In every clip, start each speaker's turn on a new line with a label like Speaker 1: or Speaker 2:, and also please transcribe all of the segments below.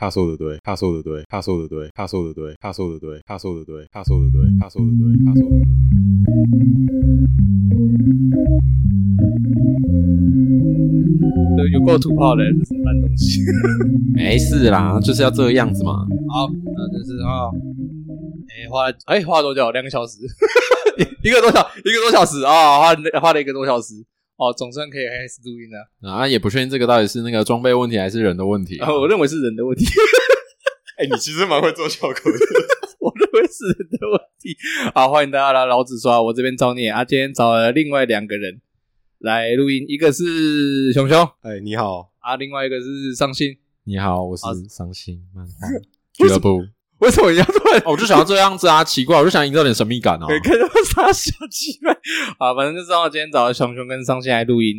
Speaker 1: 他说的对，他说的对，他说的对，他说的对，他说的对，他说的对，他说的对，他说的对，他说的对。
Speaker 2: 对，有够土炮的，这是烂东西。
Speaker 3: 没事啦，就是要这个样子嘛。
Speaker 2: 好，那就是 啊，哎、花了哎、花了多久？两个小时， 一个多小一个多小时啊、花了花了一个多小时。哦，总算可以开始录音了。
Speaker 3: 啊，也不确定这个到底是那个装备问题还是人的问题、
Speaker 2: 啊，我认为是人的 问题，
Speaker 1: 哎、你其实蛮会做效果的。
Speaker 2: 我认为是人的问题。好，欢迎大家来老子刷，我这边造孽啊。今天找了另外两个人来录音，一个是熊熊
Speaker 1: 哎、你好，
Speaker 2: 啊，另外一个是上信。
Speaker 3: 你好，我是
Speaker 2: 啊
Speaker 3: 伤心漫画俱乐部。
Speaker 2: 为什么你要突然
Speaker 3: 哦我就想要这样子啊，奇怪，我就想营造点神秘感啊。
Speaker 2: 对，看到啥小奇怪 啊！反正就知道今天找了熊熊跟上线来录音。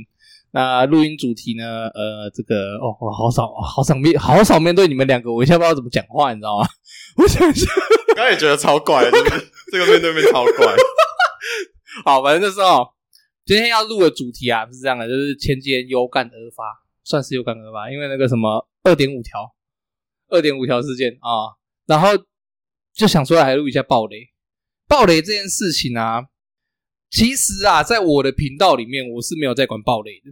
Speaker 2: 那录音主题呢？呃，这个哦，我好少好少面好少面对你们两个，我一下不知道怎么讲话，你知道吗？ 我想一下，
Speaker 1: 刚才也觉得超 怪的，就是这个面对面超怪。
Speaker 2: 好，反正就是哦，今天要录的主题啊是这样的，就是前几天有感而发，算是有感而发，因为那个什么二点五条，二点五条事件啊、然后就想说来录一下暴雷。暴雷这件事情啊，其实啊，在我的频道里面，我是没有在管暴雷的。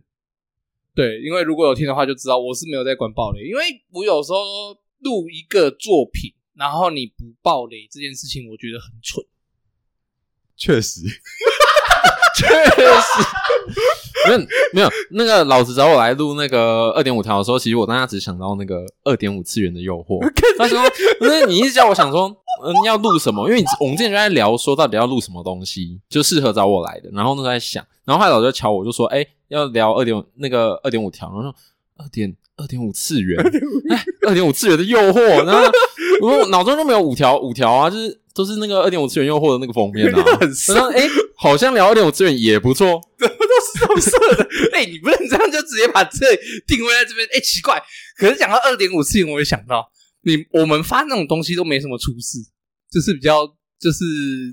Speaker 2: 对，因为如果有听的话，就知道我是没有在管暴雷，因为我有时候录一个作品，然后你不暴雷这件事情，我觉得很蠢。
Speaker 1: 确 实，
Speaker 3: 没有没有，那个老子找我来录那个二点五条的时候，其实我当下只想到那个二点五次元的诱惑。他说：“那你一直叫我想说，嗯，要录什么？因为你我们之前就在聊说到底要录什么东西，就适合找我来的。然后那时候在想，然后后来老师就瞧我就说，哎、要聊二点那个二点五条，然后说二点二点五次元，哎，二点五次元的诱惑。然后我脑中就没有五条五条啊，就是都是那个二点五次元诱惑的 那个封面啊。
Speaker 2: 很
Speaker 3: 我说，哎、好像聊二点五次元也不错。”
Speaker 2: 都是色的。 哎、你不能这样就直接把这定位在这边。哎、奇怪，可是讲到二点五次元，我也想到你我们发那种东西都没什么出事，就是比较就是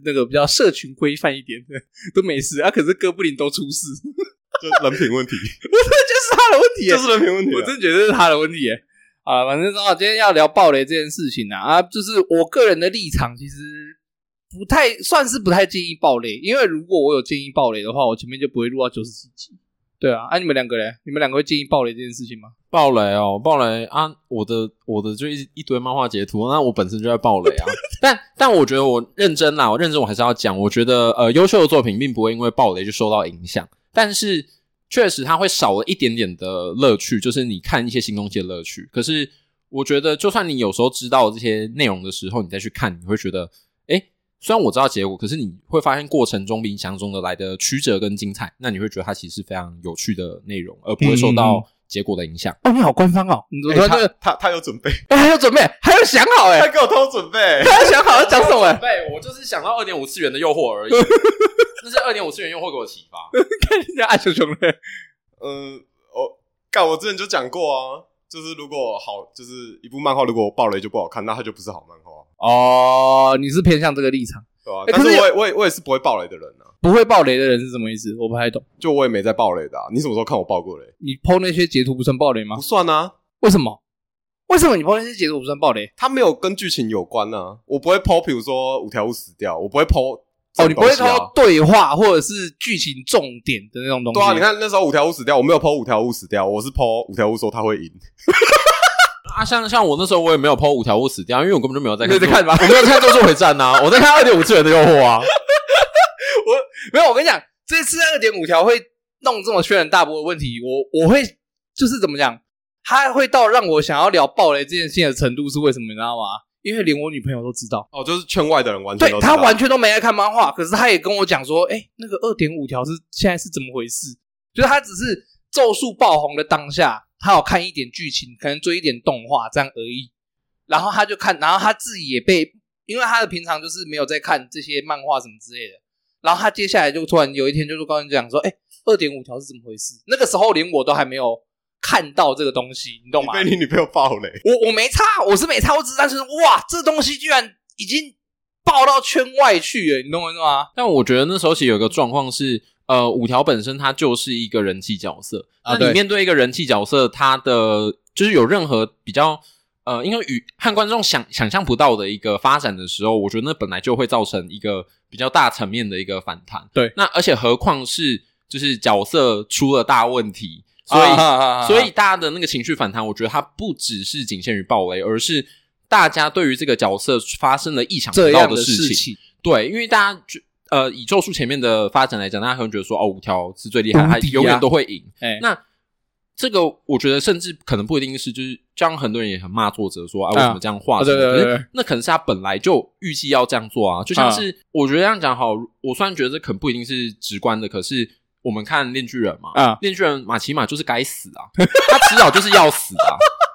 Speaker 2: 那个比较社群规范一点的都没事啊。可是哥布林都出 事，
Speaker 1: 就人品 问题，
Speaker 2: 这就是他的问题耶、
Speaker 1: 就是人品问题
Speaker 2: 我
Speaker 1: 啊。
Speaker 2: 真觉得是他的问题耶。啊，反正啊，今天要聊暴雷这件事情啊，啊，就是我个人的立场，其实不太算是不太建议暴雷，因为如果我有建议暴雷的话，我前面就不会录到九十几集。对啊，啊，你们两个嘞，你们两个会建议暴雷这件事情吗？
Speaker 3: 暴雷哦，暴雷啊！我的我的就一一堆漫画截图，那我本身就在暴雷啊。 但但我觉得我认真啦，我认真我还是要讲，我觉得呃，优秀的作品并不会因为暴雷就受到影响，但是确实它会少了一点点的乐趣，就是你看一些新东西的乐趣。可是我觉得，就算你有时候知道这些内容的时候，你再去看，你会觉得，诶，虽然我知道结果，可是你会发现过程中比你想象中的来的曲折跟精彩，那你会觉得它其实是非常有趣的内容，而不会受到结果的影响。
Speaker 2: 哦，你好官方哦，你怎么突然
Speaker 1: 哎
Speaker 2: 就
Speaker 1: 他他他有准备，
Speaker 2: 哎还有准备，还有想好
Speaker 1: 他
Speaker 2: 哎，
Speaker 1: 给我偷准备。
Speaker 2: 还有想好要讲什 么？
Speaker 3: 对，我就是想到二点五次元的诱惑而已，那是二点五次元诱惑给我启发。
Speaker 2: 看人家爱熊熊嘞，
Speaker 1: 嗯，我干，我之前就讲过啊，就是如果好，就是一部漫画如果爆雷就不好看，那它就不是好漫画，啊
Speaker 2: 哦，你是偏向这个立场，
Speaker 1: 对吧、啊
Speaker 2: 哎
Speaker 1: 但
Speaker 2: 可是
Speaker 1: 是我也我也我也是不会爆雷的人啊，
Speaker 2: 不会暴雷的人是什么意思？我不太懂。
Speaker 1: 就我也没在爆雷的、啊。你什么时候看我爆过雷？
Speaker 2: 你抛那些截图不算暴雷吗
Speaker 1: 不？算啊，
Speaker 2: 为什么？为什么你抛那些截图不算暴雷？
Speaker 1: 它没有跟剧情有关啊。我不会剖，比如说五条悟死掉，我不会剖、
Speaker 2: 哦，你不会抛
Speaker 1: 抛？
Speaker 2: 对话或者是剧情重点的那种东西。
Speaker 1: 对啊，你，看那时候五条悟死掉，我没有剖五条悟死掉，我是剖五条悟说他会赢。
Speaker 3: 啊，像像我那时候我也没有抛五条悟死掉，因为我根本就没有在
Speaker 2: 你
Speaker 3: 看，
Speaker 2: 在看吧
Speaker 3: 我没有看《咒术回战》呐，我在看二点五次元的诱惑啊。
Speaker 2: 没有，我跟你讲，这次二点五条会弄这么轩然大波的问题，我我会就是怎么讲，它会到让我想要聊暴雷这件事情的程度是为什么？你知道吗？因为连我女朋友都知道，
Speaker 1: 哦，就是圈外的人完全
Speaker 2: 对
Speaker 1: 都知道
Speaker 2: 她完全都没爱看漫画，可是她也跟我讲说，哎、那个二点五条是现在是怎么回事？就是她只是咒术爆红的当下，她有看一点剧情，可能追一点动画这样而已。然后他就看，然后他自己也被，因为他的平常就是没有在看这些漫画什么之类的。然后他接下来就突然有一天就是跟你讲说：“哎，二点五条是怎么回事？”那个时候连我都还没有看到这个东西，你懂
Speaker 1: 你
Speaker 2: 吗？
Speaker 1: 被你女朋友爆雷，
Speaker 2: 我我没差，我是没差，我只是单纯哇，这东西居然已经爆到圈外去了，你懂我意思吗？
Speaker 3: 但我觉得那时候其实有一个状况是，呃，五条本身他就是一个人气角色，
Speaker 2: 啊
Speaker 3: 那
Speaker 2: 对
Speaker 3: 你面对一个人气角色，他的就是有任何比较呃，因为与和观众想想象不到的一个发展的时候，我觉得那本来就会造成一个比较大层面的一个反弹。
Speaker 2: 对
Speaker 3: 那而且何况是就是角色出了大问题，所以、
Speaker 2: 啊哈哈哈
Speaker 3: 所以大家的那个情绪反弹，我觉得它不只是仅限于暴雷，而是大家对于这个角色发生了意想不
Speaker 2: 这
Speaker 3: 到
Speaker 2: 样的
Speaker 3: 事情。
Speaker 2: 情，
Speaker 3: 对，因为大家就呃，以咒术前面的发展来讲，大家可能觉得说哦，五条是最厉害，
Speaker 2: 无敌
Speaker 3: 他
Speaker 2: 啊
Speaker 3: 永远都会赢。
Speaker 2: 哎，
Speaker 3: 那这个我觉得甚至可能不一定是，就是这样很多人也很骂作者说啊，为什么这样画
Speaker 2: 啊
Speaker 3: 什么？
Speaker 2: 对对对
Speaker 3: 可
Speaker 2: 对
Speaker 3: 是那可能是他本来就预计要这样做啊。就像是、我觉得这样讲好，我虽然觉得这可能不一定是直观的，可是我们看《链锯人》嘛，
Speaker 2: 啊
Speaker 3: 链锯人》马奇马就是该死啊，他迟早就是要死啊，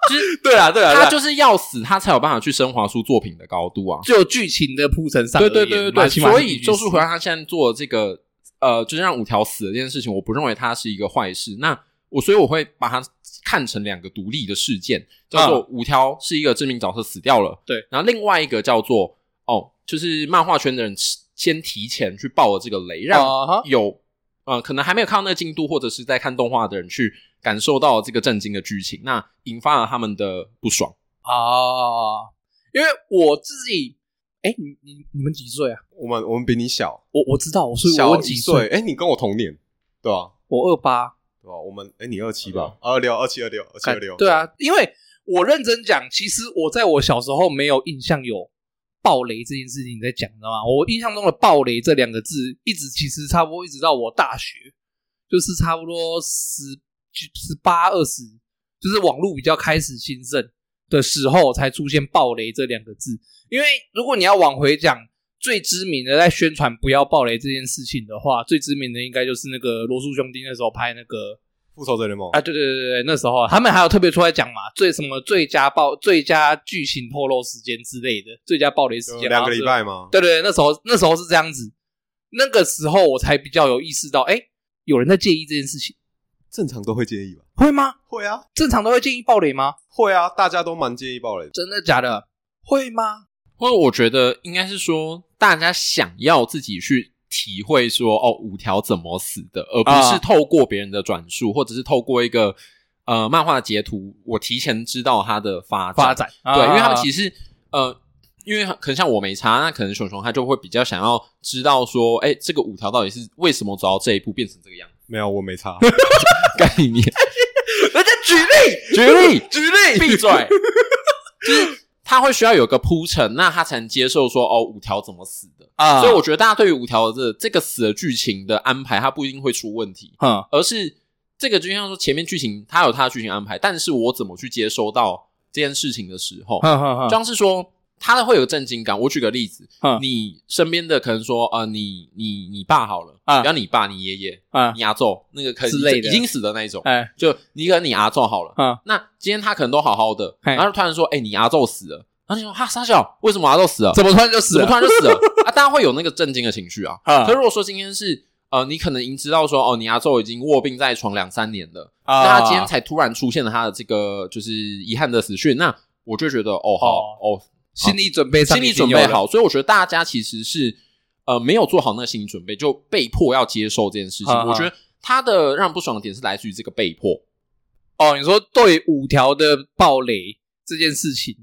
Speaker 3: 就是
Speaker 2: 对啊 对啊，对
Speaker 3: 他
Speaker 2: 啊
Speaker 3: 就是要死，他才有办法去升华出作品的高度啊。
Speaker 2: 就剧情的铺陈上而
Speaker 3: 对
Speaker 2: 言，
Speaker 3: 对对对
Speaker 2: 马
Speaker 3: 对，
Speaker 2: 奇马
Speaker 3: 所
Speaker 2: 是
Speaker 3: 以
Speaker 2: 必须
Speaker 3: 咒术
Speaker 2: 死
Speaker 3: 回战他现在做的这个呃，就是让五条死的这件事情，我不认为它是一个坏事。那我所以我会把它看成两个独立的事件，叫做五条是一个知名角色死掉了，
Speaker 2: 啊对，
Speaker 3: 然后另外一个叫做哦，就是漫画圈的人先提前去爆了这个雷，让
Speaker 2: 啊哈
Speaker 3: 有呃可能还没有看到那个进度，或者是在看动画的人去感受到这个震惊的剧情，那引发了他们的不爽。
Speaker 2: 啊，因为我自己，哎，你你你们几岁啊？
Speaker 1: 我们我们比你小，
Speaker 2: 我我知道，所以我
Speaker 1: 小
Speaker 2: 问
Speaker 1: 一
Speaker 2: 几
Speaker 1: 岁，？哎，你跟我同年，对吧？
Speaker 2: 我二八，
Speaker 1: 对吧？我们哎，你二七吧？二六，二七，二六，二七，二六。
Speaker 2: 对，啊，因为我认真讲，其实我在我小时候没有印象有暴雷这件事情你在讲，你知道吗？我印象中的暴雷这两个字，一直其实差不多一直到我大学，就是差不多十十八二十，就是网络比较开始兴盛的时候才出现暴雷这两个字。因为如果你要往回讲。最知名的在宣传不要暴雷这件事情的话，最知名的应该就是那个罗素兄弟那时候拍那个
Speaker 1: 复仇者联
Speaker 3: 哦
Speaker 1: 盟
Speaker 2: 啊，对对对对，对那时候啊他们还有特别出来讲嘛，最什么最佳爆、最佳剧情透露时间之类的，最佳爆雷时
Speaker 1: 就
Speaker 2: 间，
Speaker 1: 两个礼
Speaker 2: 然后
Speaker 1: 拜嘛
Speaker 2: 是。。对对对，那时候那时候是这样子，那个时候我才比较有意识到，哎，有人在介意这件事情，
Speaker 1: 正常都会介意吧？
Speaker 2: 会吗？
Speaker 1: 会啊，
Speaker 2: 正常都会介意爆雷吗？
Speaker 1: 会啊，大家都蛮介意暴雷的。
Speaker 2: 真的假的？会吗？
Speaker 3: 或者我觉得应该是说，大家想要自己去体会说，哦，五条怎么死的，而不
Speaker 2: 啊
Speaker 3: 是透过别人的转述，或者是透过一个呃漫画截图，我提前知道它的发展。
Speaker 2: 发展啊
Speaker 3: 对，因为他们
Speaker 2: 实
Speaker 3: 其实呃，因为可能像我没查，那可能熊熊他就会比较想要知道说，哎，这个五条到底是为什么走到这一步变成这个样子？
Speaker 1: 没有，我没差。
Speaker 3: 概 念，
Speaker 2: 人家举例
Speaker 3: 哎举例，
Speaker 2: 举例，
Speaker 3: 闭 嘴，就是他会需要有个铺陈，那他才能接受说，哦，五条怎么死的。
Speaker 2: 啊！
Speaker 3: 所以我觉得大家对于五条的这这个死的剧情的安排，它不一定会出问题，
Speaker 2: 嗯
Speaker 3: 而是这个就像说前面剧情它有它的剧情安排，但是我怎么去接收到这件事情的时候，
Speaker 2: 哼哼哼
Speaker 3: 就像是说它的会有震惊感。我举个例子，
Speaker 2: 哼
Speaker 3: 你身边的可能说呃，你你你爸好了，
Speaker 2: 啊
Speaker 3: 不要你爸，你爷爷，
Speaker 2: 啊
Speaker 3: 你阿宙那个可能
Speaker 2: 之类的
Speaker 3: 已经死的那一种，
Speaker 2: 哎
Speaker 3: 就你跟你阿宙好了，
Speaker 2: 啊
Speaker 3: 那今天他可能都好好的，
Speaker 2: 嘿
Speaker 3: 然后突然说，哎，你阿宙死了，然后你说哈傻小，为什么阿宙死了？
Speaker 2: 怎么突然就死
Speaker 3: 怎么
Speaker 2: 了
Speaker 3: 突然就死了 啊？大家会有那个震惊的情绪啊。
Speaker 2: 啊
Speaker 3: 可是如果说今天是呃，你可能已经知道说哦，你阿宙已经卧病在床两三年了，那、
Speaker 2: 啊
Speaker 3: 他今天才突然出现了他的这个就是遗憾的死讯，那我就觉得哦好哦，
Speaker 2: 心理准备上
Speaker 3: 心理
Speaker 2: 已经
Speaker 3: 准
Speaker 2: 有
Speaker 3: 备
Speaker 2: 了
Speaker 3: 好，所以我觉得大家其实是呃没有做好那个心理准备，就被迫要接受这件事情。
Speaker 2: 啊啊
Speaker 3: 我觉得他的让人不爽的点是来自于这个被迫。
Speaker 2: 哦，你说对五条的暴雷这件事情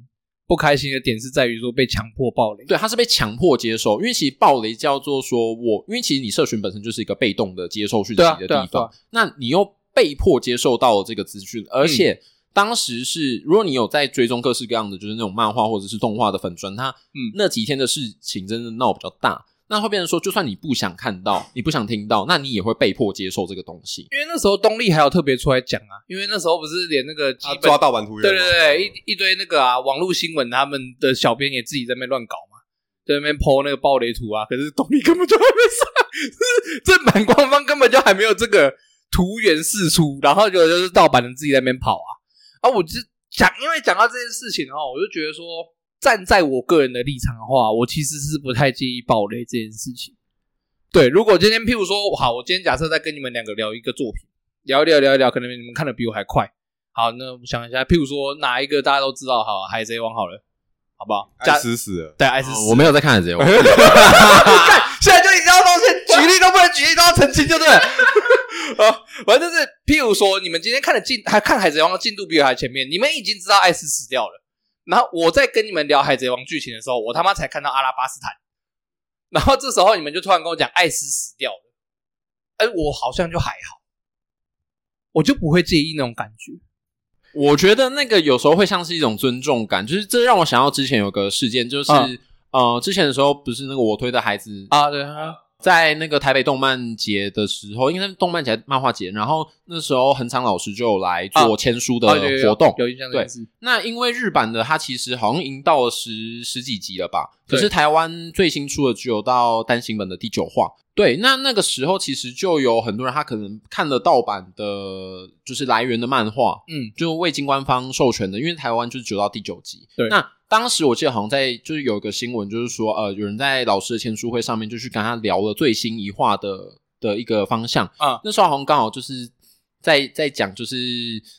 Speaker 2: 不开心的点是在于说被强迫暴雷。
Speaker 3: 对，他是被强迫接受，因为其实暴雷叫做说我，因为其实你社群本身就是一个被动的接受讯息
Speaker 2: 对啊
Speaker 3: 的地
Speaker 2: 对啊对
Speaker 3: 方，
Speaker 2: 啊
Speaker 3: 那你又被迫接受到了这个资讯，而且。
Speaker 2: 嗯
Speaker 3: 当时是，如果你有在追踪各式各样的，就是那种漫画或者是动画的粉砖，它
Speaker 2: 嗯
Speaker 3: 那几天的事情真的闹比较大，那会变成说，就算你不想看到，你不想听到，那你也会被迫接受这个东西。
Speaker 2: 因为那时候东立还有特别出来讲啊，因为那时候不是连那个基
Speaker 1: 他
Speaker 2: 本、
Speaker 1: 啊抓到版图源
Speaker 2: 对
Speaker 1: 嘛。
Speaker 2: 对对一一堆那个啊网络新闻，他们的小编也自己在那边乱搞嘛，在那边 PO 那个暴雷图啊，可是东立根本就还没上， 正版官方根本就还没有这个图源释出，然后就就是盗版的自己在那边跑啊啊！我就讲，因为讲到这件事情哦，我就觉得说，站在我个人的立场的话，我其实是不太介意暴雷这件事情。对，如果今天譬如说，好，我今天假设在跟你们两个聊一个作品，聊一聊聊一聊，可能你们看的比我还快。好，那我想一下，譬如说哪一个大家都知道，好，《海贼王》好了，好不好？
Speaker 1: 爱
Speaker 2: 假
Speaker 1: 死死 了。
Speaker 2: 对，爱是
Speaker 3: 哦我没有在看海贼 王，
Speaker 2: 现在就一定要道歉，举例都不能举例，都要澄清，就对 了。啊，反正就是，譬如说，你们今天看的进还看《海贼王》的进度比我还前面，你们已经知道艾斯死掉了，然后我在跟你们聊《海贼王》剧情的时候，我他妈才看到阿拉巴斯坦，然后这时候你们就突然跟我讲艾斯死掉了，哎，我好像就还好，哎我就不会介意那种感觉。
Speaker 3: 我觉得那个有时候会像是一种尊重感，就是这让我想到之前有个事件，就是、
Speaker 2: 嗯
Speaker 3: 呃，之前的时候不是那个我推的孩子
Speaker 2: 啊，对啊，
Speaker 3: 在那个台北动漫节的时候，因为动漫节、漫画节，然后那时候恒昌老师就有来做签书的
Speaker 2: 啊有有有
Speaker 3: 活动。
Speaker 2: 有印象这件事，
Speaker 3: 那因为日版的它其实好像已经到了十十几集了吧，
Speaker 2: 对
Speaker 3: 可是台湾最新出的只有到单行本的第九话。对，那那个时候其实就有很多人他可能看了盗版的，就是来源的漫画，
Speaker 2: 嗯，
Speaker 3: 就未经官方授权的，因为台湾就是只有到第九集。
Speaker 2: 对
Speaker 3: 那当时我记得好像在就是有一个新闻，就是说呃，有人在老师的签书会上面就去跟他聊了最新一话的的一个方向
Speaker 2: 啊
Speaker 3: 那时候好像刚好就是在在讲就是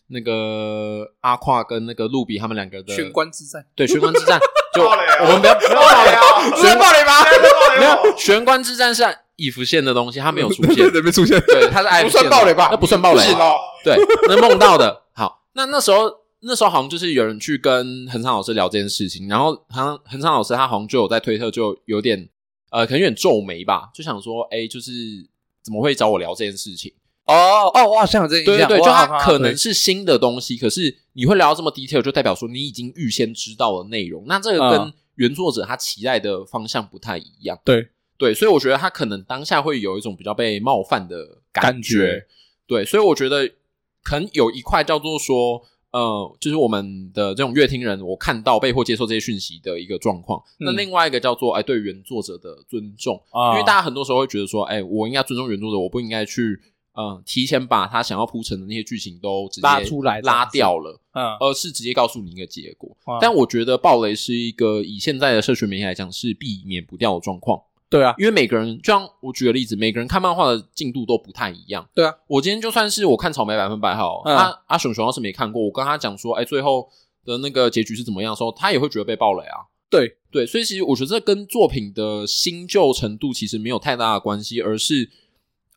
Speaker 3: 那个阿胯跟那个露比他们两个的
Speaker 2: 玄关之战，
Speaker 3: 对玄关之战，就
Speaker 1: 爆雷啊
Speaker 3: 我们不要不要
Speaker 1: 爆雷啊
Speaker 3: 直接爆雷吧，
Speaker 1: 爆
Speaker 3: 没
Speaker 1: 雷哦
Speaker 3: 有玄关之战是已浮现的东西，它没有 出现，
Speaker 2: 对没出现，
Speaker 3: 对，它是爱
Speaker 1: 不算爆雷吧？
Speaker 3: 那不算爆雷
Speaker 1: 不，行哦，
Speaker 3: 对，那梦到的。好，那那时候那时候好像就是有人去跟恒昌老师聊这件事情，然后好像恒昌老师他好像就有在推特就有点呃，可能有点皱眉吧，就想说，哎、就是怎么会找我聊这件事情？
Speaker 2: 哦哦，我好像有这印
Speaker 3: 对对
Speaker 2: 象，
Speaker 3: 对，
Speaker 2: 我
Speaker 3: 就
Speaker 2: 好像
Speaker 3: 它可能是新的东西，可是你会聊到这么 detail，就代表说你已经预先知道了内容。那这个跟
Speaker 2: 嗯
Speaker 3: 原作者他期待的方向不太一样。
Speaker 2: 对
Speaker 3: 对，所以我觉得他可能当下会有一种比较被冒犯的
Speaker 2: 感觉
Speaker 3: 对，所以我觉得可能有一块叫做说。呃，就是我们的这种乐听人，我看到被迫接受这些讯息的一个状况。那
Speaker 2: 嗯
Speaker 3: 另外一个叫做哎，对原作者的尊重，
Speaker 2: 啊
Speaker 3: 因为大家很多时候会觉得说，哎、我应该尊重原作者，我不应该去，呃，提前把他想要铺陈的那些剧情都直接
Speaker 2: 拉出来
Speaker 3: 拉掉了，
Speaker 2: 嗯
Speaker 3: 而是直接告诉你一个结果。
Speaker 2: 哇
Speaker 3: 但我觉得暴雷是一个以现在的社群媒体来讲是避免不掉的状况，
Speaker 2: 对啊，
Speaker 3: 因为每个人，就像我举个例子，每个人看漫画的进度都不太一样。
Speaker 2: 对啊，
Speaker 3: 我今天就算是我看草莓百分百好，
Speaker 2: 嗯
Speaker 3: 阿阿熊熊要是没看过，我跟他讲说，哎、最后的那个结局是怎么样的时候，他也会觉得被暴雷啊。
Speaker 2: 对
Speaker 3: 对，所以其实我觉得这跟作品的新旧程度其实没有太大的关系，而是，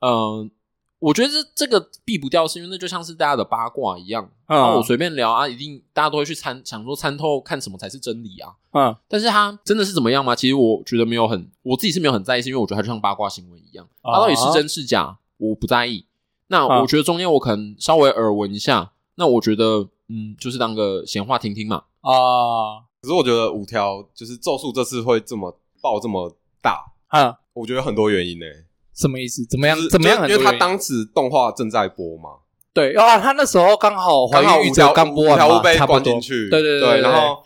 Speaker 3: 嗯、我觉得这这个避不掉，是因为那就像是大家的八卦一样，
Speaker 2: 嗯
Speaker 3: 然后我随便聊啊，一定大家都会去参想说参透看什么才是真理啊。
Speaker 2: 嗯
Speaker 3: 但是它真的是怎么样吗？其实我觉得没有很，我自己是没有很在意，是因为我觉得它就像八卦新闻一样，它到底是真是假，我不在意。那
Speaker 2: 啊
Speaker 3: 我觉得中间我可能稍微耳闻一下，那我觉得嗯，就是当个闲话听听嘛。
Speaker 2: 啊
Speaker 1: 可是我觉得五条就是咒术这次会这么爆这么大，
Speaker 2: 啊，
Speaker 1: 我觉得有很多原因呢、
Speaker 2: 什么意思？怎么样
Speaker 1: 就是？
Speaker 2: 怎么样
Speaker 1: 就
Speaker 2: 很
Speaker 1: 是
Speaker 2: 多
Speaker 1: 因为
Speaker 2: 原因？
Speaker 1: 他当时动画正在播嘛，
Speaker 2: 对啊，他那时候刚好怀
Speaker 1: 刚好五
Speaker 2: 孕预兆
Speaker 1: 条
Speaker 2: 刚播完
Speaker 1: 五条
Speaker 2: 嘛，
Speaker 1: 悟被
Speaker 2: 差不
Speaker 1: 关
Speaker 2: 多
Speaker 1: 进。去，
Speaker 2: 对对对对
Speaker 1: 对，
Speaker 2: 对
Speaker 1: 然后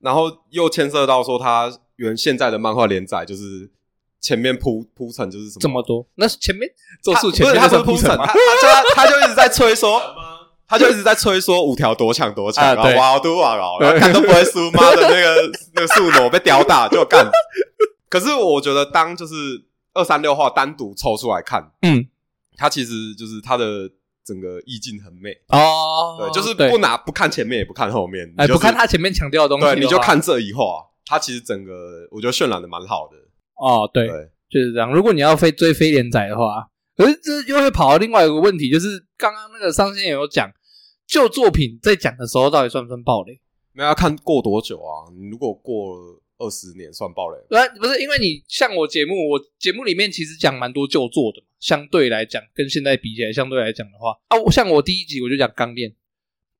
Speaker 1: 然后又牵涉到说他原现在的漫画连载就是前面铺铺陈就是什么
Speaker 2: 这么多，那是前面咒
Speaker 1: 他
Speaker 2: 术前
Speaker 1: 不
Speaker 2: 面
Speaker 1: 是他不是
Speaker 2: 算
Speaker 1: 铺陈，他
Speaker 2: 吗？
Speaker 1: 他就他就一直在吹说。他就一直在吹说五条多强多强，
Speaker 2: 啊
Speaker 1: 然后
Speaker 2: 对
Speaker 1: 哇都哇哦，
Speaker 2: 对
Speaker 1: 然后看都不会 输，妈的那个那个树挪被吊打就干。可是我觉得当就是二三六话单独抽出来看，
Speaker 2: 嗯，
Speaker 1: 它其实就是它的整个意境很美，
Speaker 2: 哦，
Speaker 1: 对，就是
Speaker 2: 对
Speaker 1: 不拿不看前面也不看后面，
Speaker 2: 哎，
Speaker 1: 你就是
Speaker 2: 不看他前面强调的东西的话，
Speaker 1: 对，你就看这一话，它其实整个我觉得渲染的蛮好的。
Speaker 2: 哦，对，
Speaker 1: 对，
Speaker 2: 就是这样。如果你要非追非连载的话，可是这又会跑到另外一个问题，就是刚刚那个上线也有讲，旧作品在讲的时候到底算不算暴雷？
Speaker 1: 没有要看过多久啊？你如果过了二十年算暴雷吗，
Speaker 2: 呃，不是，因为你像我节目，我节目里面其实讲蛮多旧作的嘛，相对来讲跟现在比起来，相对来讲的话啊，我像我第一集我就讲钢炼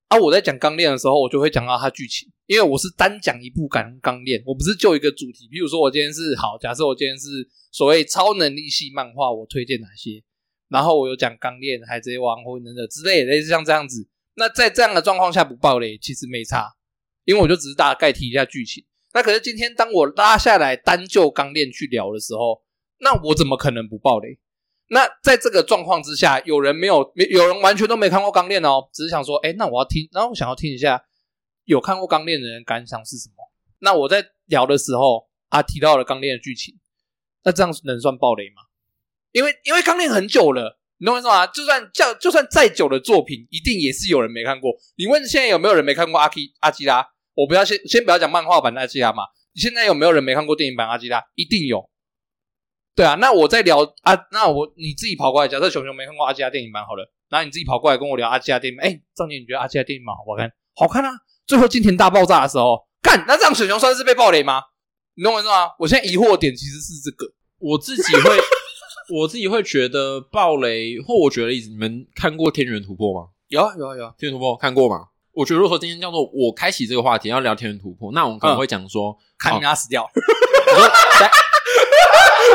Speaker 2: 啊，我在讲钢炼的时候，我就会讲到它剧情，因为我是单讲一部钢钢炼，我不是就一个主题。比如说我今天是好，假设我今天是所谓超能力系漫画，我推荐哪些？然后我有讲钢炼、海贼王、火影忍者之类的，类似像这样子。那在这样的状况下不爆雷，其实没差，因为我就只是大概提一下剧情。那可是今天当我拉下来单就钢炼去聊的时候，那我怎么可能不爆雷？那在这个状况之下，有人没有，没有人完全都没看过钢炼哦，只是想说，哎，那我要听，然后我想要听一下有看过钢炼的人感想是什么。那我在聊的时候啊，提到了钢炼的剧情，那这样能算爆雷吗？因为因为钢炼很久了，你懂我意思吗？就算叫就算再久的作品，一定也是有人没看过。你问现在有没有人没看过阿基阿基拉？我不要先先不要讲漫画版的阿基拉嘛，现在有没有人没看过电影版阿基拉？一定有。对啊，那我在聊啊，那我你自己跑过来，假设熊熊没看过阿基拉电影版好了，然后你自己跑过来跟我聊阿基拉电影版，哎，张杰，你觉得阿基拉电影版好不好看？好看啊！最后金田大爆炸的时候，干，那这样选熊算是被暴雷吗？你懂我意思吗？我现在疑惑点其实是这个，
Speaker 3: 我自己会，我自己会觉得暴雷，或我觉得例子，你们看过《天元突破》吗？
Speaker 2: 有啊有啊有啊，
Speaker 3: 《天元突破》看过吗？我觉得如果说今天叫做我开启这个话题要聊《天元突破》，那我们可能会讲说，
Speaker 2: 看人家死掉。
Speaker 3: 你说大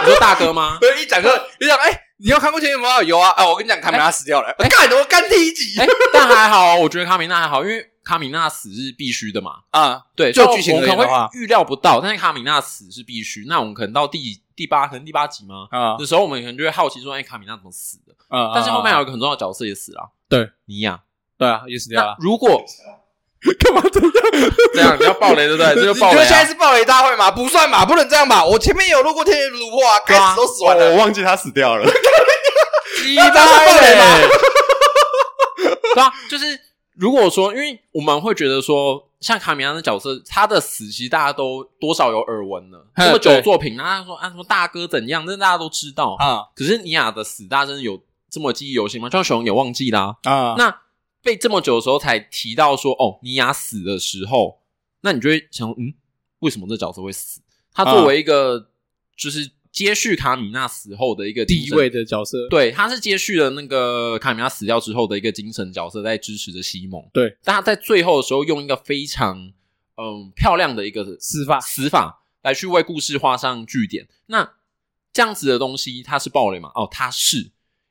Speaker 3: 你说大 哥吗？
Speaker 2: 对，一讲就一讲，哎、你有看过《千与吗？有啊，啊，我跟你讲，卡梅拉死掉了，我干、我干第一集
Speaker 3: 哎、但还好，我觉得卡米娜还好，因为卡米娜死是必须的嘛。
Speaker 2: 啊，
Speaker 3: 对，
Speaker 2: 就
Speaker 3: 虽然
Speaker 2: 剧情
Speaker 3: 我
Speaker 2: 而
Speaker 3: 们
Speaker 2: 言
Speaker 3: 可
Speaker 2: 的
Speaker 3: 能
Speaker 2: 话
Speaker 3: 会预料不到，但是卡米娜死是必须。那我们可能到第第八，可能第八集吗？
Speaker 2: 啊
Speaker 3: 那时候我们可能就会好奇说，哎、卡米娜怎么死的？
Speaker 2: 啊
Speaker 3: 但是后面还有一个很重要的角色也死了、啊
Speaker 2: 对，
Speaker 3: 尼亚。
Speaker 2: 对啊，也死掉
Speaker 3: 那
Speaker 2: 了。
Speaker 3: 如 果
Speaker 2: 干嘛这样？
Speaker 3: 这样你要爆雷对不对？这就爆
Speaker 2: 你
Speaker 3: 雷、
Speaker 2: 觉得。现
Speaker 3: 啊
Speaker 2: 在是暴雷大会吗？不算吧，不能这样吧。我前面有路过天元突破啊，开始都死完
Speaker 1: 哦我
Speaker 2: 了，
Speaker 1: 忘记他死掉 了。
Speaker 3: 鸡
Speaker 2: 那这是暴雷吗？
Speaker 3: 对啊，就是如果说，因为我们会觉得说，像卡米拉的角色，他的死其实大家都多少有耳闻了，
Speaker 2: 嘿
Speaker 3: 这么久
Speaker 2: 对
Speaker 3: 的作品，那他说啊什么大哥怎样，那大家都知道。
Speaker 2: 啊
Speaker 3: 可是尼亚的死，大家真的有这么记忆犹新吗？就像熊也忘记啦、
Speaker 2: 啊
Speaker 3: 那被这么久的时候才提到说，哦，尼亚死的时候，那你就会想，嗯，为什么这角色会死？他作为一个、就是接续卡米娜死后的一个
Speaker 2: 地
Speaker 3: 精神
Speaker 2: 位的角色，
Speaker 3: 对，他是接续了那个卡米拉死掉之后的一个精神角色，在支持着西蒙。
Speaker 2: 对，
Speaker 3: 但他在最后的时候用一个非常嗯漂亮的一个
Speaker 2: 死法
Speaker 3: 死法来去为故事画上句点。那这样子的东西，它是暴雷吗？哦，它是，